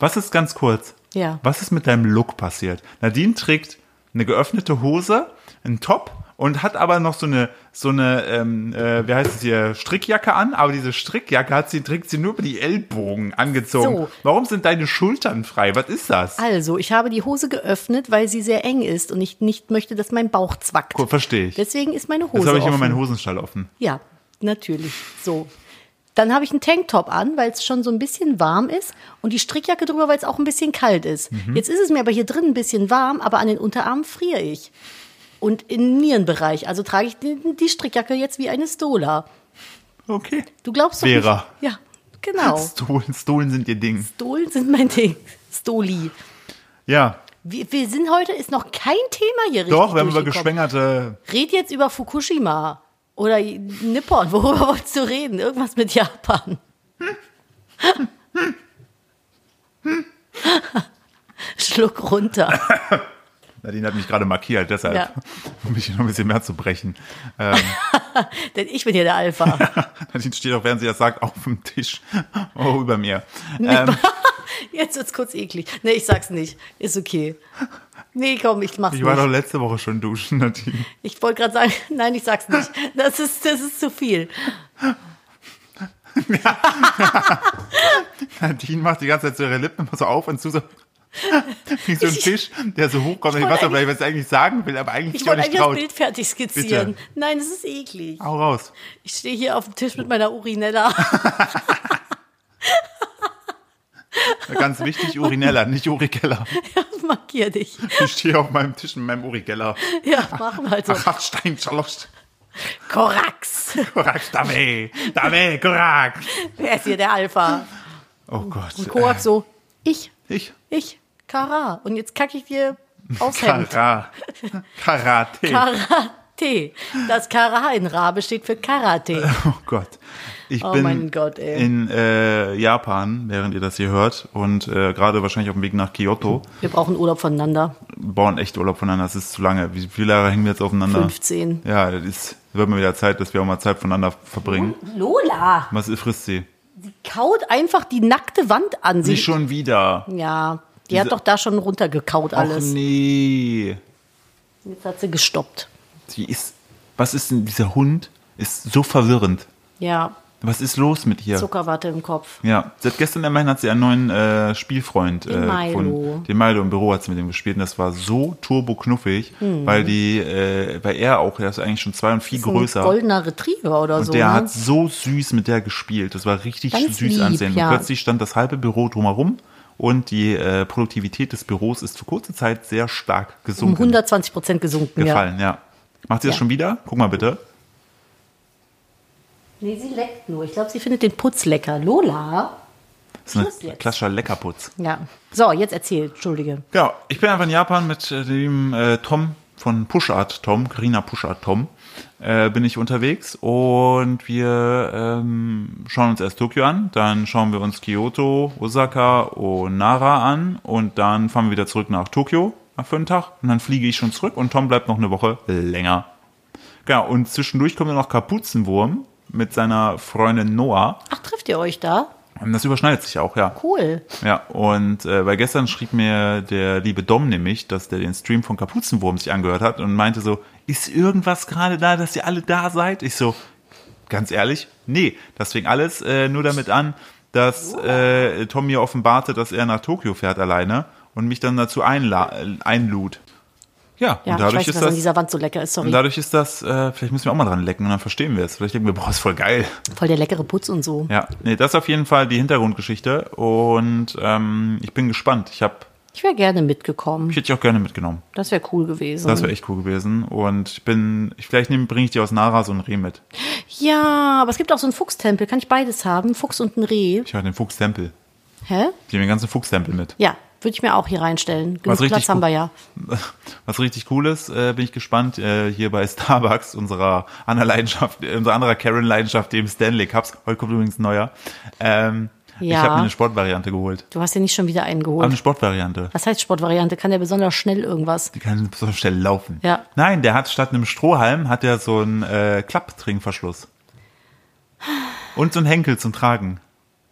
Was ist ganz kurz? Ja. Was ist mit deinem Look passiert? Nadine trägt eine geöffnete Hose, einen Top und hat aber noch so eine, so eine, ähm, äh, wie heißt es hier, Strickjacke an, aber diese Strickjacke hat sie, trägt sie nur über die Ellbogen angezogen. So. Warum sind deine Schultern frei? Was ist das? Also, ich habe die Hose geöffnet, weil sie sehr eng ist und ich nicht möchte, dass mein Bauch zwackt. Gut, verstehe ich. Deswegen ist meine Hose Jetzt habe ich offen. immer meinen Hosenstall offen. Ja, natürlich. So. Dann habe ich einen Tanktop an, weil es schon so ein bisschen warm ist und die Strickjacke drüber, weil es auch ein bisschen kalt ist. Mhm. Jetzt ist es mir aber hier drin ein bisschen warm, aber an den Unterarmen friere ich. Und im Nierenbereich, also trage ich die, die Strickjacke jetzt wie eine Stola. Okay. Du glaubst doch Vera. nicht. Ja, genau. Stolen, Stolen sind ihr Ding. Stolen sind mein Ding. Stoli. Ja. Wir, wir sind heute, ist noch kein Thema hier richtig Doch, wir haben über durchgekommen. geschwängerte. Red jetzt über Fukushima Oder Nippon, worüber *laughs* wolltest du reden? Irgendwas mit Japan. *laughs* Schluck runter. Nadine hat mich gerade markiert, deshalb, Ja. *laughs* um mich noch ein bisschen mehr zu brechen. Ähm, Denn ich bin hier der Alpha. *laughs* Nadine steht auch, während sie das sagt, auf dem Tisch. Oh, über mir. Jetzt wird's kurz eklig. Nee, ich sag's nicht. Ist okay. Nee, komm, ich mach's Ich war nicht. doch letzte Woche schon duschen, Nadine. Ich wollte gerade sagen, *laughs* nein, ich sag's nicht. Das ist, das ist zu viel. Nadine macht die ganze Zeit so ihre Lippen immer so auf und zu so. *laughs* Wie so ein Ich- Fisch, der so hochkommt und Ich ich weiß wollte auch gleich, was er eigentlich sagen will, aber eigentlich Ich sich auch wollte nicht eigentlich traut. das Bild fertig skizzieren. Nein, es ist eklig. Hau raus. Ich stehe hier auf dem Tisch mit meiner Urinella. *laughs* Ganz wichtig, Urinella, nicht Urikeller. Markier dich. Ich stehe auf meinem Tisch mit meinem Urikeller. Ja, machen wir halt so. Ach, Stein, Schalost. Korax. Korax, Dame, Dame, Korax. Wer ist hier der Alpha? Oh Gott. Korax so, ich, Äh, ich? ich, Kara. Und jetzt kacke ich dir aufs Hemd. Kara. Karate. Karate. Das Kara in Rabe steht für Karate. *laughs* Oh Gott. Ich Oh bin mein Gott, ey. in äh, Japan, während ihr das hier hört, und äh, gerade wahrscheinlich auf dem Weg nach Kyoto. Wir brauchen Urlaub voneinander. Wir brauchen echt Urlaub voneinander, das ist zu lange. Wie viele Jahre hängen wir jetzt aufeinander? 15. Ja, das ist, wird mal wieder Zeit, dass wir auch mal Zeit voneinander Mhm. verbringen. Lola Was frisst sie? kaut einfach die nackte Wand an Sie sich. schon wieder. Ja, die Diese- hat doch da schon runtergekaut Ach alles. nee. Jetzt hat sie gestoppt. Die ist. Was ist denn dieser Hund? Ist so verwirrend. Ja, Was ist los mit ihr? Zuckerwatte im Kopf. Ja, seit gestern immerhin hat sie einen neuen äh, Spielfreund äh, Den Milo. gefunden. Den Milo im Büro hat sie mit ihm gespielt und das war so turboknuffig, weil die, äh, weil er auch, er ist eigentlich schon zwei und viel größer. Hm. Ein goldener Retriever oder so. und der ne? hat so süß mit der gespielt. Das war richtig Ganz süß lieb, ansehen. ja. Und plötzlich stand das halbe Büro drumherum und die äh, Produktivität des Büros ist zu kurzer Zeit sehr stark um gesunken. 120 Prozent gesunken. gefallen, ja. Macht sie das Ja. schon wieder? Guck mal bitte. Ja. Nee, sie leckt nur. Ich glaube, sie findet den Putz lecker. Lola? Das ist Schluss ein jetzt. klassischer Leckerputz. Ja. So, jetzt erzähl, entschuldige. Ja, Genau, ich bin einfach in Japan mit äh, dem äh, Tom von Pushart Tom, Karina Pushart Tom, äh, bin ich unterwegs und wir ähm, schauen uns erst Tokio an, dann schauen wir uns Kyoto, Osaka und Nara an und dann fahren wir wieder zurück nach Tokio für einen Tag und dann fliege ich schon zurück und Tom bleibt noch eine Woche länger. Genau, und zwischendurch kommt dann noch Kapuzenwurm mit seiner Freundin Noah. Ach, trifft ihr euch da? Und das überschneidet sich auch, ja. Cool. Ja, und äh, weil gestern schrieb mir der liebe Dom nämlich, dass der den Stream von Kapuzenwurm sich angehört hat und meinte so, ist irgendwas gerade da, dass ihr alle da seid? Ich so, ganz ehrlich, nee. Das fing alles äh, nur damit an, dass äh, Tom mir offenbarte, dass er nach Tokio fährt alleine und mich dann dazu einla äh, einlud. Ja, Ja, und ich weiß dadurch nicht, ist was an das, dieser Wand so lecker ist. Sorry. und dadurch ist das, äh, vielleicht müssen wir auch mal dran lecken und dann verstehen wir es. Vielleicht denken wir, boah, ist voll geil. Voll der leckere Putz und so. Ja, nee, das ist auf jeden Fall die Hintergrundgeschichte und ähm, ich bin gespannt. Ich habe Ich wäre gerne mitgekommen. ich hätte dich auch gerne mitgenommen. Das wäre cool gewesen. Das wäre echt cool gewesen. Und ich bin, ich, vielleicht nehm- bringe ich dir aus Nara so ein Reh mit. ja, aber es gibt auch so einen Fuchstempel. Kann ich beides haben? Fuchs und ein Reh. Ich habe den Fuchstempel. Hä? Ich nehme den ganzen Fuchstempel mit. *laughs* Ja, würde ich mir auch hier reinstellen. Genug Was richtig Platz haben wir cool- ja. Was richtig cool ist, äh, bin ich gespannt, äh, hier bei Starbucks, unserer anderen Leidenschaft, äh, unserer anderer Karen-Leidenschaft, dem Stanley Cups. Heute kommt übrigens ein neuer. Ähm, Ich Ja. habe mir eine Sportvariante geholt. Du hast ja nicht schon wieder einen Ich habe geholt. eine Sportvariante. Was heißt Sportvariante? Kann der besonders schnell irgendwas? Die kann so schnell laufen. Ja. Nein, der hat statt einem Strohhalm hat er so einen äh, Klapptrinkverschluss. Und so einen Henkel zum Tragen.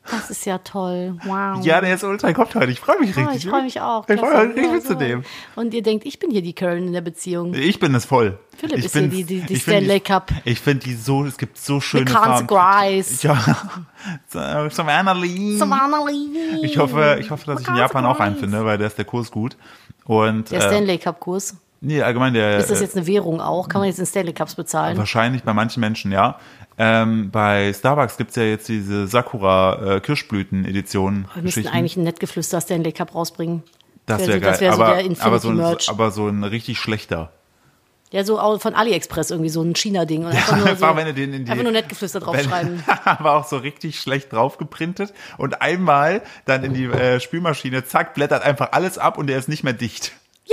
Das ist ja toll. Wow. Ja, der ist ultra kommt heute. Ich freue mich Ah, richtig. ich freue mich auch. Ich freue Klasse. mich richtig Ja, mit zu super. dem. Und ihr denkt, ich bin hier die Karen in der Beziehung. Ich bin es voll. Philipp ich ist bin, hier die- die- die ich find Stanley Cup. Ich finde die so, es gibt so schöne Can's Farben. Grace. Ja. *laughs* Zum- Zum Annalie. Zum Anneli. Mhm. Ich hoffe, ich hoffe, dass ich in Can's Japan auch Grace. einen finde, weil da ist der Kurs gut. Und Der äh, Stanley Cup Kurs. nee, allgemein der Ist das äh, jetzt eine Währung auch? Kann man jetzt in Stanley Cups bezahlen? wahrscheinlich bei manchen Menschen, ja. Ähm, bei Starbucks gibt's ja jetzt diese Sakura äh, Kirschblüten-Edition. Oh, Wir müssten Geschichten. eigentlich ein Nettgeflüster Stanley Cup rausbringen. das wäre so, geil. Das wäre so aber, der Infinity aber, so ein, Merch. aber so ein richtig schlechter. ja, so au- von AliExpress irgendwie so ein China-Ding. Und einfach nur, *laughs* so, Einfach, wenn du den in die- einfach nur Nettgeflüster draufschreiben. *laughs* war auch so richtig schlecht draufgeprintet und einmal dann in die äh, Spülmaschine, zack, blättert einfach alles ab und der ist nicht mehr dicht.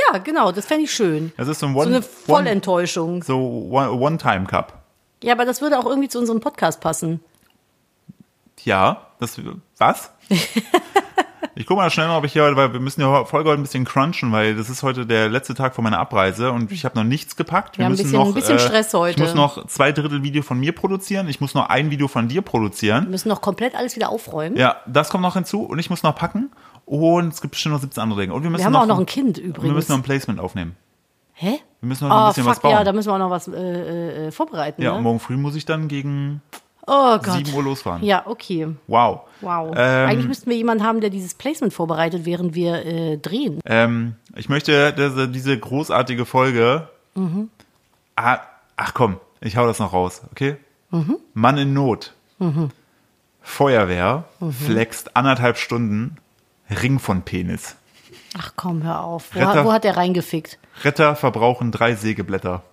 Ja, genau, das fände ich schön. Das ist so ein so One, eine Vollenttäuschung. One, so One- One-Time-Cup. Ja, aber das würde auch irgendwie zu unserem Podcast passen. Ja, das, *laughs* was? ich gucke mal schnell mal, ob ich hier, weil wir müssen ja Folge heute ein bisschen crunchen, weil das ist heute der letzte Tag vor meiner Abreise und ich habe noch nichts gepackt. Wir haben ein müssen bisschen- noch, äh, ein bisschen Stress heute. Ich muss noch zwei Drittel Video von mir produzieren, ich muss noch ein Video von dir produzieren. Wir müssen noch komplett alles wieder aufräumen. Ja, das kommt noch hinzu und ich muss noch packen und es gibt bestimmt noch 17 andere Dinge. Und wir müssen Wir haben noch, auch noch ein Kind übrigens. Wir müssen noch ein Placement aufnehmen. Hä? Wir müssen noch ein Oh, bisschen was fuck, bauen. ja, da müssen wir auch noch was äh, äh, vorbereiten. Ja, ne? und morgen früh muss ich dann gegen Oh Gott. 7 Uhr losfahren. Ja, okay. Wow. Wow. Eigentlich Ähm, müssten wir jemanden haben, der dieses Placement vorbereitet, während wir äh, drehen. ähm, ich möchte diese, diese großartige Folge. Ah, ach komm, ich hau das noch raus, okay? Mann in Not. Feuerwehr flext anderthalb Stunden Ring von Penis. Ach komm, hör auf. Wo, Retter- wo hat der reingefickt? Retter verbrauchen drei Sägeblätter.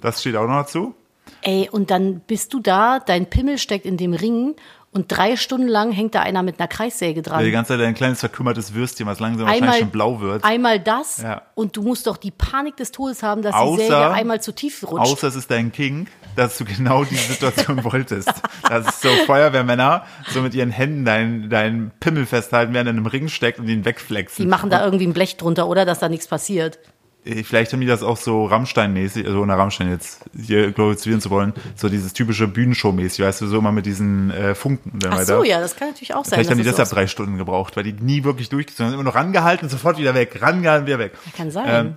Das steht auch noch dazu. Ey, und dann bist du da, dein Pimmel steckt in dem Ring und drei Stunden lang hängt da einer mit einer Kreissäge Ja, die dran. ganze Zeit ein kleines verkümmertes Würstchen, was langsam wahrscheinlich Einmal, schon blau wird. einmal das Ja. und du musst doch die Panik des Todes haben, dass Außer- die Säge einmal zu tief rutscht. Außer es ist dein King, dass du genau diese Situation *laughs* wolltest. Dass es so Feuerwehrmänner so mit ihren Händen deinen deinen Pimmel festhalten, während er in einem Ring steckt und ihn wegflexen. die machen da irgendwie ein Blech drunter, oder? Dass da nichts passiert. Äh, Vielleicht haben die das auch so Rammstein-mäßig, also ohne Rammstein jetzt hier glorifizieren zu wollen, so dieses typische Bühnenshow-mäßig, weißt du, so immer mit diesen äh, Funken und dann Ach weiter. so, ja, das kann natürlich auch sein. Vielleicht haben die dass deshalb das so drei Stunden gebraucht, weil die nie wirklich durchgezogen haben. Immer noch rangehalten, sofort wieder weg, rangehalten, wieder weg. Ähm, kann sein.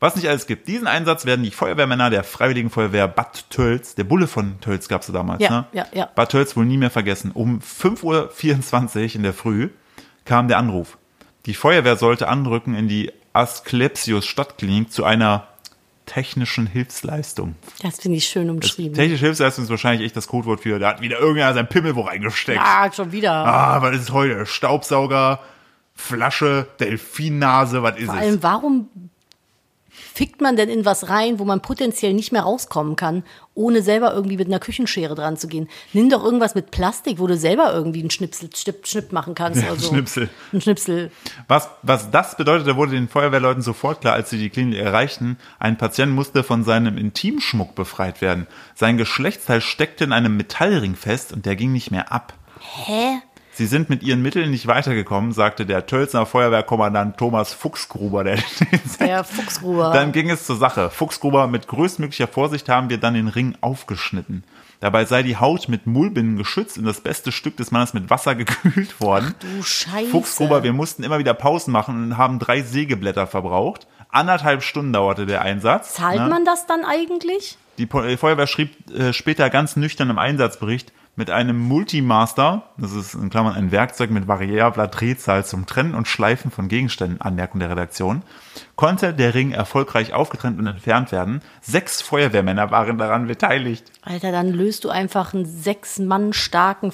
was nicht alles gibt. Diesen Einsatz werden die Feuerwehrmänner der Freiwilligen Feuerwehr Bad Tölz, der Bulle von Tölz gab's ja damals, Ja, ne? ja, ja. Bad Tölz wohl nie mehr vergessen. Um 5.24 Uhr in der Früh kam der Anruf. Die Feuerwehr sollte anrücken in die Asklepios Stadtklinik zu einer technischen Hilfsleistung. aus- das finde ich schön umschrieben. Technische Hilfsleistung ist wahrscheinlich echt das Codewort für, da hat wieder irgendeiner sein Pimmel wo reingesteckt. Ah, schon wieder. Ah, was ist heute? Staubsauger, Flasche, Delfinnase, was ist Vor es? allem, warum fickt man denn in was rein, wo man potenziell nicht mehr rauskommen kann, ohne selber irgendwie mit einer Küchenschere dran zu gehen? Nimm doch irgendwas mit Plastik, wo du selber irgendwie einen Schnipsel, Schnipp, Schnipp machen kannst. Ja, oder so. Schnipsel. Ein Schnipsel. Was, was das bedeutete, wurde den Feuerwehrleuten sofort klar, als sie die Klinik erreichten. Ein Patient musste von seinem Intimschmuck befreit werden. Sein Geschlechtsteil steckte in einem Metallring fest und der ging nicht mehr ab. Hä? Sie sind mit ihren Mitteln nicht weitergekommen, sagte der Tölzner Feuerwehrkommandant Thomas Fuchsgruber. Der, Der Fuchsruhe. Dann ging es zur Sache. Fuchsgruber, mit größtmöglicher Vorsicht haben wir dann den Ring aufgeschnitten. Dabei sei die Haut mit Mullbinden geschützt und das beste Stück des Mannes mit Wasser *laughs* gekühlt worden. du Scheiße. Fuchsgruber, wir mussten immer wieder Pausen machen und haben drei Sägeblätter verbraucht. Anderthalb Stunden dauerte der Einsatz. Zahlt Ne? man das dann eigentlich? Die Po- äh, Feuerwehr schrieb äh, später ganz nüchtern im Einsatzbericht, mit einem Multimaster, das ist in Klammern ein Werkzeug mit variabler Drehzahl zum Trennen und Schleifen von Gegenständen, Anmerkung der Redaktion, konnte der Ring erfolgreich aufgetrennt und entfernt werden. Sechs Feuerwehrmänner waren daran beteiligt. Alter, dann löst du einfach einen sechs Mann starken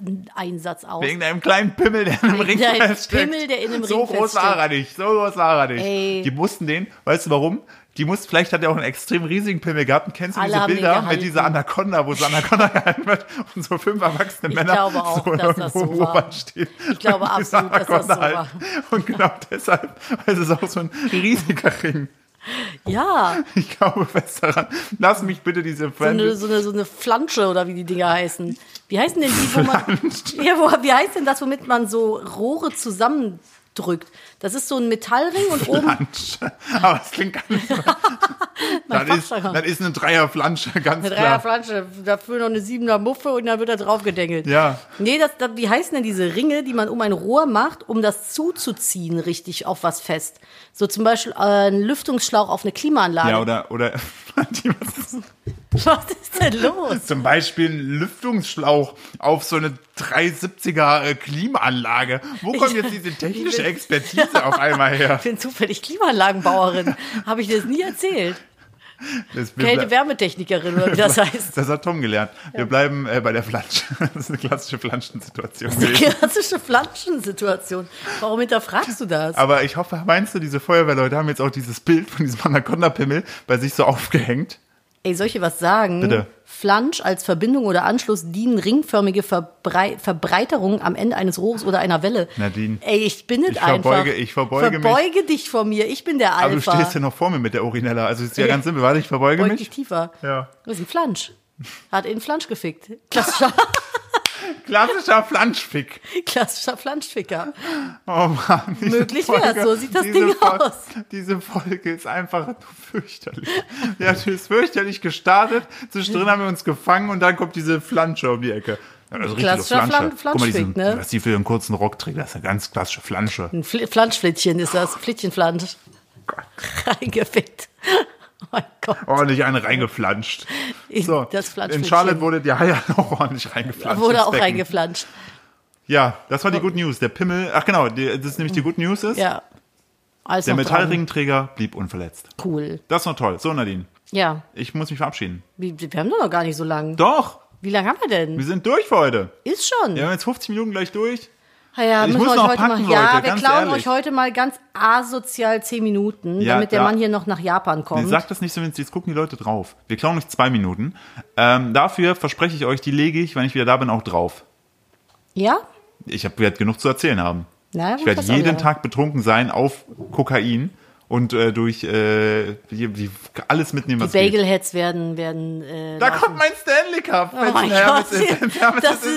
Feuerwehreinsatz aus. Wegen einem kleinen Pimmel, der in einem Ring Wegen einem feststeckt. Pimmel, der in einem so Ring groß war er nicht, so groß war er nicht. Ey. Die mussten den, weißt du warum? Die muss, vielleicht hat er auch einen extrem riesigen Pimmel gehabt. Und kennst du Alle diese haben den Bilder mit gehalten. dieser Anaconda, wo so Anaconda *laughs* gehalten wird und so fünf erwachsene Ich Männer glaube auch, so dass das irgendwo so war. oben stehen. Ich glaube und diese absolut, dass das so Anaconda halten. Und genau *laughs* deshalb, weil es ist auch so ein riesiger Ring. Ja, Ich glaube fest daran. Lass mich bitte diese so eine, Friendly. so, eine, so eine Flansche oder wie die Dinger heißen. Wie heißen denn die, wo man. Ja, wo, wie heißt denn das, womit man so Rohre zusammendrückt? Das ist so ein Metallring und oben. Flansche. *laughs* Aber es klingt ganz. *laughs* das, ist, Fachjargon. das ist eine Dreierflansche, ganz Eine klar. Dreierflansche, dafür noch eine Siebener Muffe und dann wird da drauf gedengelt. Ja. Nee, das, das, wie heißen denn diese Ringe, die man um ein Rohr macht, um das zuzuziehen richtig auf was fest? So zum Beispiel äh, ein Lüftungsschlauch auf eine Klimaanlage. Ja, oder, oder *laughs* *laughs* was ist denn los? zum Beispiel ein Lüftungsschlauch auf so eine 370er äh, Klimaanlage. Wo kommt jetzt diese technische Expertise auf einmal her? *laughs* Ich bin zufällig Klimaanlagenbauerin. Habe ich dir das nie erzählt? Das, wir ble- Kälte-Wärmetechnikerin oder *laughs* wie das heißt. das hat Tom gelernt. Wir bleiben äh, bei der Flansche. *laughs* Das ist eine klassische Flanschensituation. gewesen. Klassische Flanschensituation. Warum hinterfragst du das? Aber ich hoffe, meinst du, diese Feuerwehrleute haben jetzt auch dieses Bild von diesem Anaconda-Pimmel bei sich so aufgehängt? Ey, soll ich dir was sagen? Bitte. Flansch als Verbindung oder Anschluss dienen ringförmige Verbrei Verbreiterungen am Ende eines Rohrs oder einer Welle. Nadine, Ey, ich bin nicht ich einfach. verbeuge- ich verbeuge mich. Verbeuge dich vor mir. Ich bin der Alpha. Aber du stehst ja noch vor mir mit der Urinella. Also ist ja Ja. ganz simpel. Warte, ich verbeuge Beug mich. dich tiefer. Ja. Das ist ein Flansch. Hat in Flansch gefickt. *laughs* Klassischer, Klassischer Flanschfick. klassischer Flanschficker. Oh Mann. diese Möglich wär's, so sieht das diese Ding Fol- aus. Diese Folge ist einfach nur fürchterlich. Ja, die ist fürchterlich gestartet, zwischendrin haben wir uns gefangen und dann kommt diese Flansche um die Ecke. Ja, das ist richtige Klassischer Flan- Guck mal, diesen, Flanschfick, ne? was die für ihren kurzen Rock trägt, das ist eine ganz klassische Flansche. Ein Fl Flanschflittchen ist das. Flittchenflansch. *laughs* Reingefickt. Oh mein Gott. Ordentlich eine reingeflanscht. In So, das Flanschfickchen. in Charlotte wurde die Eier *laughs* auch ordentlich reingeflanscht. Wurde ins auch Becken. reingeflanscht. Ja, das war die Good News. Der Pimmel, ach genau, die, das ist nämlich die Good News ist, Ja. Alles der noch dran. Metallringträger blieb unverletzt. Cool. Das war toll. So, Nadine, Ja. ich muss mich verabschieden. Wir, wir haben doch noch gar nicht so lange. Doch, Wie lange haben wir denn? wir sind durch für heute. Ist schon. Wir haben jetzt 50 Minuten gleich durch. Ah Ja, Ich müssen muss wir euch noch heute packen, mal, ja, Leute, wir ganz klauen ehrlich. euch heute mal ganz asozial 10 Minuten, Ja, damit der da- Mann hier noch nach Japan Nee, kommt. sagt das nicht so, wenn jetzt gucken die Leute drauf. Wir klauen euch zwei Minuten. Ähm, dafür verspreche ich euch, die lege ich, wenn ich wieder da bin, auch drauf. ja? Ich hab, werde genug zu erzählen haben. Na, ich gut, werde das auch jeden wieder. Tag betrunken sein auf Kokain und äh, durch äh, die, die, alles mitnehmen, was geht. Bagelheads werden, werden, äh, Da kommt mein Stanley Cup. Oh mein Gott, *laughs* das ist, ist,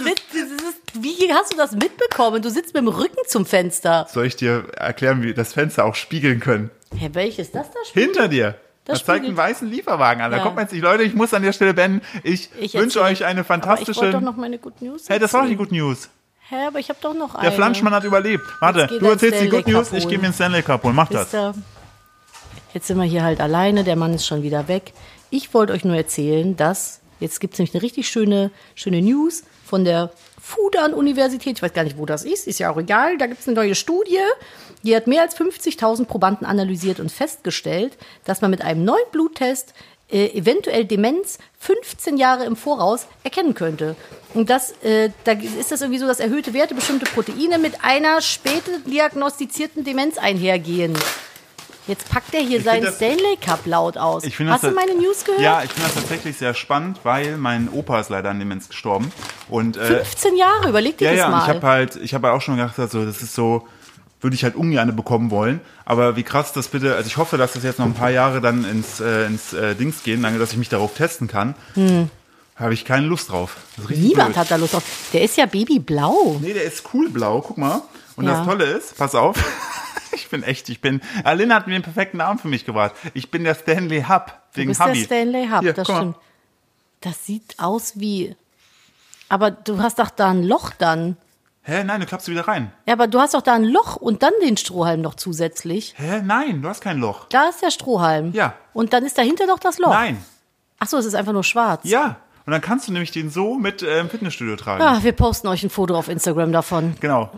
mit- das ist, wie hast du das mitbekommen? Du sitzt mit dem Rücken zum Fenster. soll ich dir erklären, wie wir das Fenster auch spiegeln können? Hä, welches das da spielt? Hinter dir. Das, Das zeigt einen spiegelt- weißen Lieferwagen an. Da Ja. kommt man jetzt nicht, Leute, ich muss an der Stelle beenden. Ich, Ich wünsche erzähl- euch eine Aber ich wollte fantastische. doch noch meine Good News. Hey, das war doch die erzählen. Good News. Hä, aber ich habe doch noch eine. Der Flanschmann hat überlebt. Warte, Jetzt geht du er erzählst die Stanley Good Cup News, ich holen. gehe mir einen Stanley Cup holen. Mach das. Wisst ihr, Jetzt sind wir hier halt alleine, der Mann ist schon wieder weg. Ich wollte euch nur erzählen, dass jetzt gibt es nämlich eine richtig schöne, schöne News von der Fudan-Universität. Ich weiß gar nicht, wo das ist, ist ja auch egal. Da gibt es eine neue Studie, die hat mehr als 50.000 Probanden analysiert und festgestellt, dass man mit einem neuen Bluttest äh, eventuell Demenz 15 Jahre im Voraus erkennen könnte. Und das, äh, da ist das irgendwie so, dass erhöhte Werte bestimmte Proteine mit einer später diagnostizierten Demenz einhergehen. Jetzt packt er hier seinen das- Stanley Cup laut aus. Ich finde Hast das- halt- du meine News gehört? Ja, ich finde das tatsächlich sehr spannend, weil mein Opa ist leider an Demenz gestorben. Und, äh, 15 Jahre, überleg dir ja, das ja, und mal. ich habe halt, ich habe auch schon gedacht, also, das ist so, würde ich halt ungern bekommen wollen. Aber wie krass das bitte, also ich hoffe, dass das jetzt noch ein paar Jahre dann ins, äh, ins äh, Dings gehen, lange, dass ich mich darauf testen kann. Habe ich keine Lust drauf. Das ist richtig Hm. Niemand blöd. hat da Lust drauf. Der ist ja babyblau. Nee, der ist cool blau, guck mal. Und Ja. das Tolle ist, pass auf, *laughs* ich bin echt, ich bin, Aline hat mir den perfekten Namen für mich gebracht. Ich bin der Stanley Hub, Du wegen bist Hubby. der Stanley Hub, Hier, das guck mal. stimmt. Das sieht aus wie. Aber du hast doch da ein Loch dann. Hä, nein, du klappst wieder rein. Ja, aber du hast doch da ein Loch und dann den Strohhalm noch zusätzlich. Hä, nein, du hast kein Loch. Da ist der Strohhalm. Ja. Und dann ist dahinter doch das Loch. Nein, Ach so, es ist einfach nur schwarz. ja. Und dann kannst du nämlich den so mit äh, im Fitnessstudio tragen. Ah, wir posten euch ein Foto auf Instagram davon. Genau.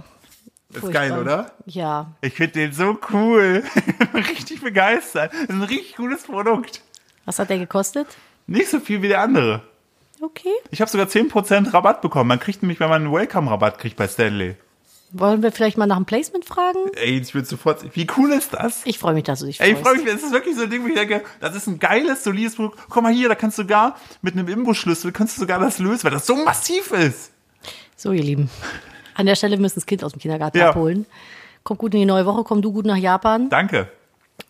Das ist geil, Furchtbar. oder? Ja. Ich finde den so cool. *laughs* Ich bin richtig begeistert. Das ist ein richtig gutes Produkt. Was hat der gekostet? Nicht so viel wie der andere. Okay. Ich habe sogar 10% Rabatt bekommen. Man kriegt nämlich, wenn man einen Welcome-Rabatt kriegt bei Stanley. Wollen wir vielleicht mal nach dem Placement fragen? Ey, ich würde sofort. Wie cool ist das? Ich freue mich, dass du dich Ey, ich freust. freue mich, es ist wirklich so ein Ding, wo ich denke, das ist ein geiles, solides Produkt. Guck mal hier, da kannst du sogar mit einem Imbusschlüssel, kannst du sogar das lösen, weil das so massiv ist. So, ihr Lieben. An der Stelle müssen wir das Kind aus dem Kindergarten Ja. abholen. Kommt gut in die neue Woche, komm du gut nach Japan. Danke.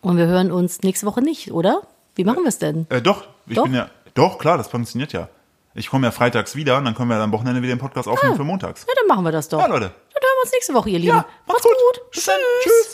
Und wir hören uns nächste Woche nicht, oder? Wie machen wir es denn? Äh, doch, ich Doch? bin ja. Doch, klar, das funktioniert ja. Ich komme ja freitags wieder und dann können wir am Wochenende wieder den Ah. Podcast aufnehmen für montags. Na, dann machen wir das doch. Ja, Leute. Dann hören wir uns nächste Woche, ihr Lieben. Ja, macht's gut. Tschüss. Tschüss.